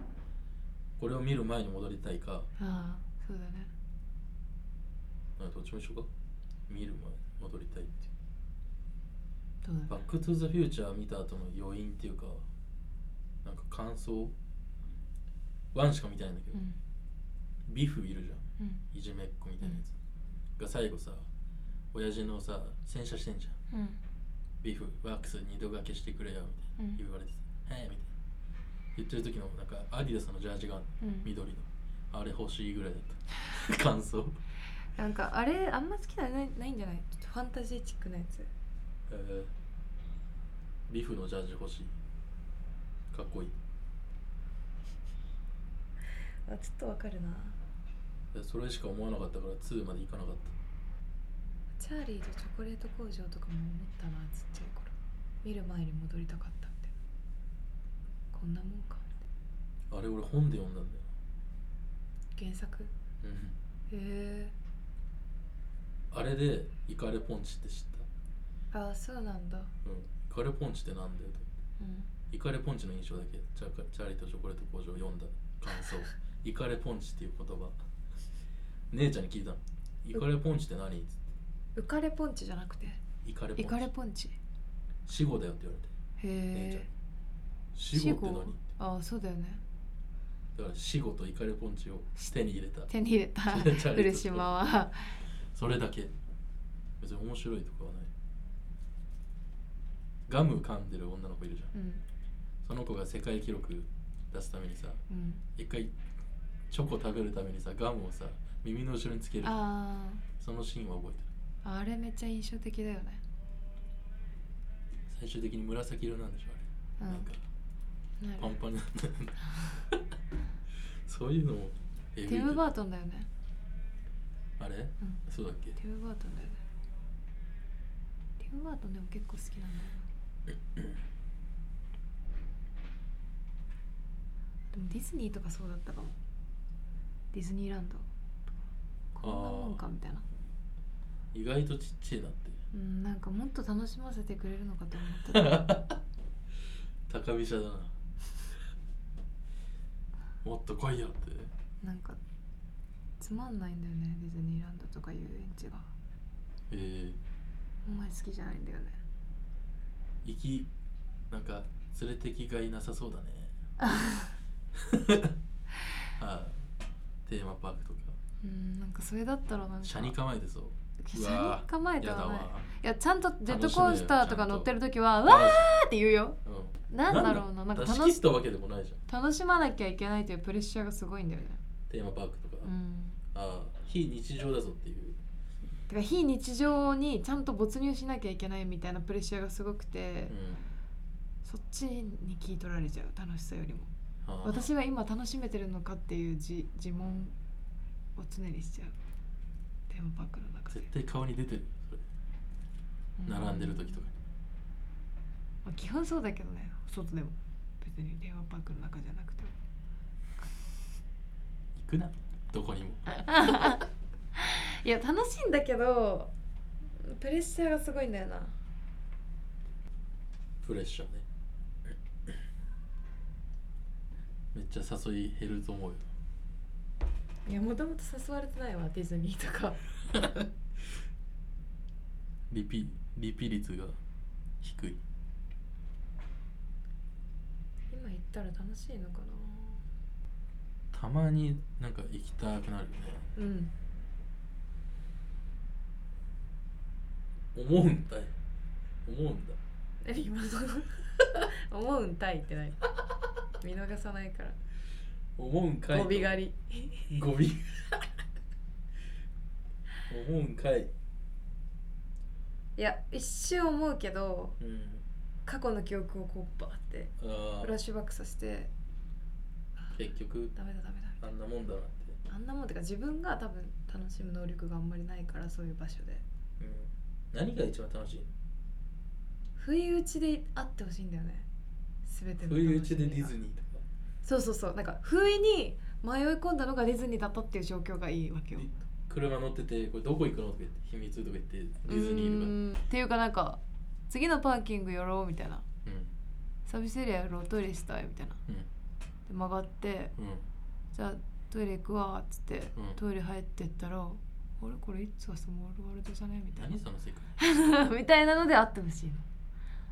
Speaker 2: これを見る前に戻りたいか
Speaker 3: ああそうだね
Speaker 2: あどっちも一緒か見る前に戻りたいっていう
Speaker 3: そうだ
Speaker 2: バッ
Speaker 3: ね
Speaker 2: クトゥザフューチャー見た後の余韻っていうかなんか感想ワンしか見てないんだけ
Speaker 3: う
Speaker 2: ど、
Speaker 3: ん
Speaker 2: ビフいるじゃん
Speaker 3: うん
Speaker 2: いじめっ子みたいなやつ、が最後さ親父のさ洗車してんじゃん
Speaker 3: うん
Speaker 2: ビフワックス二度掛けしてくれよ
Speaker 3: う
Speaker 2: み
Speaker 3: ん
Speaker 2: たいな言われてさ「はい」みたいな言ってる時のなんかアディダスのジャージが
Speaker 3: うん
Speaker 2: 緑のあれ欲しいぐらいだった 感想
Speaker 3: なんかあれあんま好きなのないないんじゃない
Speaker 1: ちょっとファンタジーチックなやつ
Speaker 2: えービフのジャージ欲しいかっこいい
Speaker 1: あちょっとわかるな
Speaker 2: でそれしか思わなかったから2までいかなかった
Speaker 1: チャーリーとチョコレート工場とかも思ったなちっちゃい頃見る前に戻りたかったみたいなこんなもんかみた
Speaker 2: あれ俺本で読んだんだよ
Speaker 1: いな原作へえ
Speaker 2: あれでイカレポンチって知っ
Speaker 1: ああそうなんだ
Speaker 2: た、うん、イカレポンチってなんだよと
Speaker 3: うん
Speaker 2: イカレポンチの印象だけチャカチャーリーとチョコレート工場を読んだ感想イカレポンチっていう言葉姉ちゃんに聞いたのイカレポンチって何って
Speaker 5: 浮かれポンチじゃなくて
Speaker 2: イカレポ
Speaker 5: イ
Speaker 2: ン
Speaker 5: カレ
Speaker 2: チ
Speaker 5: ポンチへ
Speaker 2: 死後だよって言われて姉ちゃん
Speaker 5: え
Speaker 2: 死後って何って
Speaker 1: ああそうだよね
Speaker 2: だから死後とイカレポンチを手に入れた
Speaker 1: 手に入れた嬉しまは
Speaker 2: それだけ別に面白いとかはないガム噛んでる女の子いるじゃん
Speaker 1: うん
Speaker 2: その子が世界記録出すためにさ
Speaker 1: うん
Speaker 2: 一回チョコ食べるためにさガムをさ耳の後ろにつける
Speaker 1: あ
Speaker 2: そのシーンは覚えてる
Speaker 1: ああれめっちゃ印象的だよね
Speaker 2: 最終的に紫色なんでしょ
Speaker 1: う
Speaker 2: あれ、なん
Speaker 1: んな
Speaker 2: かパン
Speaker 1: る
Speaker 2: パンになってるそういうのもえぐいけ
Speaker 1: ティ
Speaker 2: ど
Speaker 1: ム・バートンだよね
Speaker 2: あれ、
Speaker 1: ん
Speaker 2: そうだっけ
Speaker 1: ティム・バートンだよねティム・バートンでも結構好きなんだよなでもディズニーとかそうだったかもディズニーランドとかこんなもんかみたいな
Speaker 2: 意外とちっちゃいなって
Speaker 1: うんなんかもっと楽しませてくれるのかと思 ってた
Speaker 2: 高飛車だなもっと来いよって
Speaker 1: なんかつまんないんだよねディズニーランドとか遊園地が
Speaker 2: えー、
Speaker 1: お前好きじゃないんだよね
Speaker 2: 行きなんか連れてきがいなさそうだね ああテーマパークとか
Speaker 1: うんなんかそれだったらなんか
Speaker 2: 車に構えてそう
Speaker 1: 車
Speaker 2: うわ
Speaker 1: に構えて
Speaker 2: や
Speaker 1: は
Speaker 2: だ
Speaker 1: ない
Speaker 2: わ
Speaker 1: いやちゃんとジェットコースターとか乗ってる時はうわ
Speaker 2: 楽し
Speaker 1: ーって言うよ
Speaker 2: うん
Speaker 1: なんだろうななんか
Speaker 2: 出し
Speaker 1: 楽
Speaker 2: 切っ
Speaker 1: した
Speaker 2: わけでもないじゃん
Speaker 1: 楽しまなきゃいけないというプレッシャーがすごいんだよね
Speaker 2: テーマパークとか、
Speaker 1: うん
Speaker 2: ああ非日常だぞっていう
Speaker 1: てか非日常にちゃんと没入しなきゃいけないみたいなプレッシャーがすごくて、
Speaker 2: うん
Speaker 1: そっちに聞い取られちゃう楽しさよりも
Speaker 2: ああ
Speaker 1: 私は今楽しめてるのかっていう自自問を常にしちゃうテーマパークの中で
Speaker 2: 絶、対顔に出てるそれ
Speaker 1: う
Speaker 2: 並んでる時とかに
Speaker 1: まあ、基本そうだけどね外でも別にテーマパークの中じゃなくても
Speaker 2: 行くなどこにも
Speaker 1: いや楽しいんだけどプレッシャーがすごいんだよな
Speaker 2: プレッシャーねめっちゃ誘い減ると思うよ
Speaker 5: いやもともと誘われてないわディズニーとか
Speaker 2: リピリピ率が低い
Speaker 5: 今行ったら楽しいのか
Speaker 2: たまになんか行きたくなるよ
Speaker 5: なうん
Speaker 2: ね思うんだよ思うんだ
Speaker 5: 何今の 思うんたいってない見逃さないか
Speaker 2: 思うんからいと
Speaker 5: ゴビ狩り
Speaker 2: ゴミ思うんかい、
Speaker 5: いや一瞬思うけど
Speaker 2: うん、
Speaker 5: 過去の記憶をこうバーって
Speaker 2: あ
Speaker 5: フラッ
Speaker 2: ー
Speaker 5: シュバックさせてあ
Speaker 2: 結局
Speaker 5: ダメだダメだ
Speaker 2: あんなもんだなって、
Speaker 5: あんなもんってか自分が多分楽しむ能力があんまりないからそういう場所で
Speaker 2: うん、何が一番楽しいの
Speaker 5: 不意打ちであってほしいんだよね全ての
Speaker 2: 不意打ちで
Speaker 5: 楽しみが
Speaker 2: ディズニーとか
Speaker 5: そうそうそうなんか不意に迷い込んだのがディズニーだったっていう状況がいいわけよ
Speaker 2: 車乗っててこれどこ行くのとか言って秘密とか言ってディズニ
Speaker 1: う
Speaker 2: ーとか
Speaker 1: ーんっていうかなんか次のパーキング寄ろうみたいな
Speaker 2: うん
Speaker 1: サービスエリア寄ろうトイレしたいみたいな、
Speaker 2: うん
Speaker 1: で曲がって
Speaker 2: うん
Speaker 1: じゃあトイレ行くわっつって、
Speaker 2: うん
Speaker 1: トイレ入ってったらあれこれいつはスモールワールドじゃねみたいな
Speaker 2: 何その世界
Speaker 1: みたいなのであってほしいの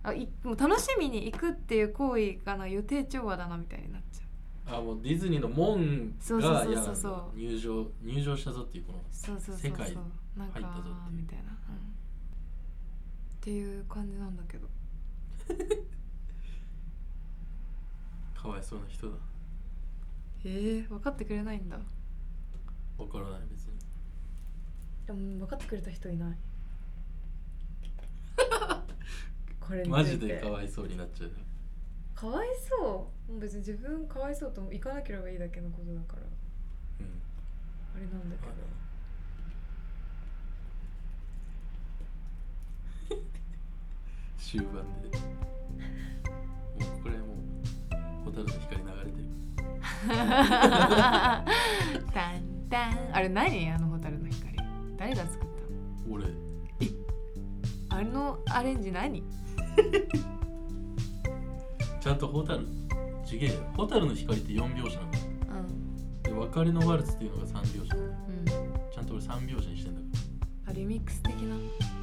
Speaker 1: あいもう楽しみに行くっていう行為がな予定調和だなみたいになっちゃう
Speaker 2: あもうディズニーの門
Speaker 1: そうそう
Speaker 2: が
Speaker 1: そう
Speaker 2: 嫌
Speaker 1: そう
Speaker 2: なんだ入場入場したぞっていうこの
Speaker 1: そうそうそうそう
Speaker 2: 世界
Speaker 1: なんか
Speaker 2: 入ったぞっていう
Speaker 1: みたいな、うんっていう感じなんだけど
Speaker 2: かわいそうな人だ
Speaker 1: えー、分かってくれないんだ
Speaker 2: わからない別に
Speaker 5: でも分かってくれた人い ないこれについて
Speaker 2: マジでかわいそうになっちゃう
Speaker 5: かわいそうもう別に自分かわいそうとも行かなければいいだけのことだから
Speaker 2: うん
Speaker 5: あれなんだけど
Speaker 2: 終盤でもうこれもう蛍の光流れてる
Speaker 1: タン タンあれ何あの蛍の光誰が作っ
Speaker 2: 俺
Speaker 1: たのあのアレンジ何
Speaker 2: ちゃんと蛍ちげえよ蛍の光って4拍子なんだよ
Speaker 1: うん
Speaker 2: で別れのワルツっていうのが三拍子
Speaker 3: うん
Speaker 2: ちゃんと俺三拍子にしてんだか
Speaker 1: あリミックス的な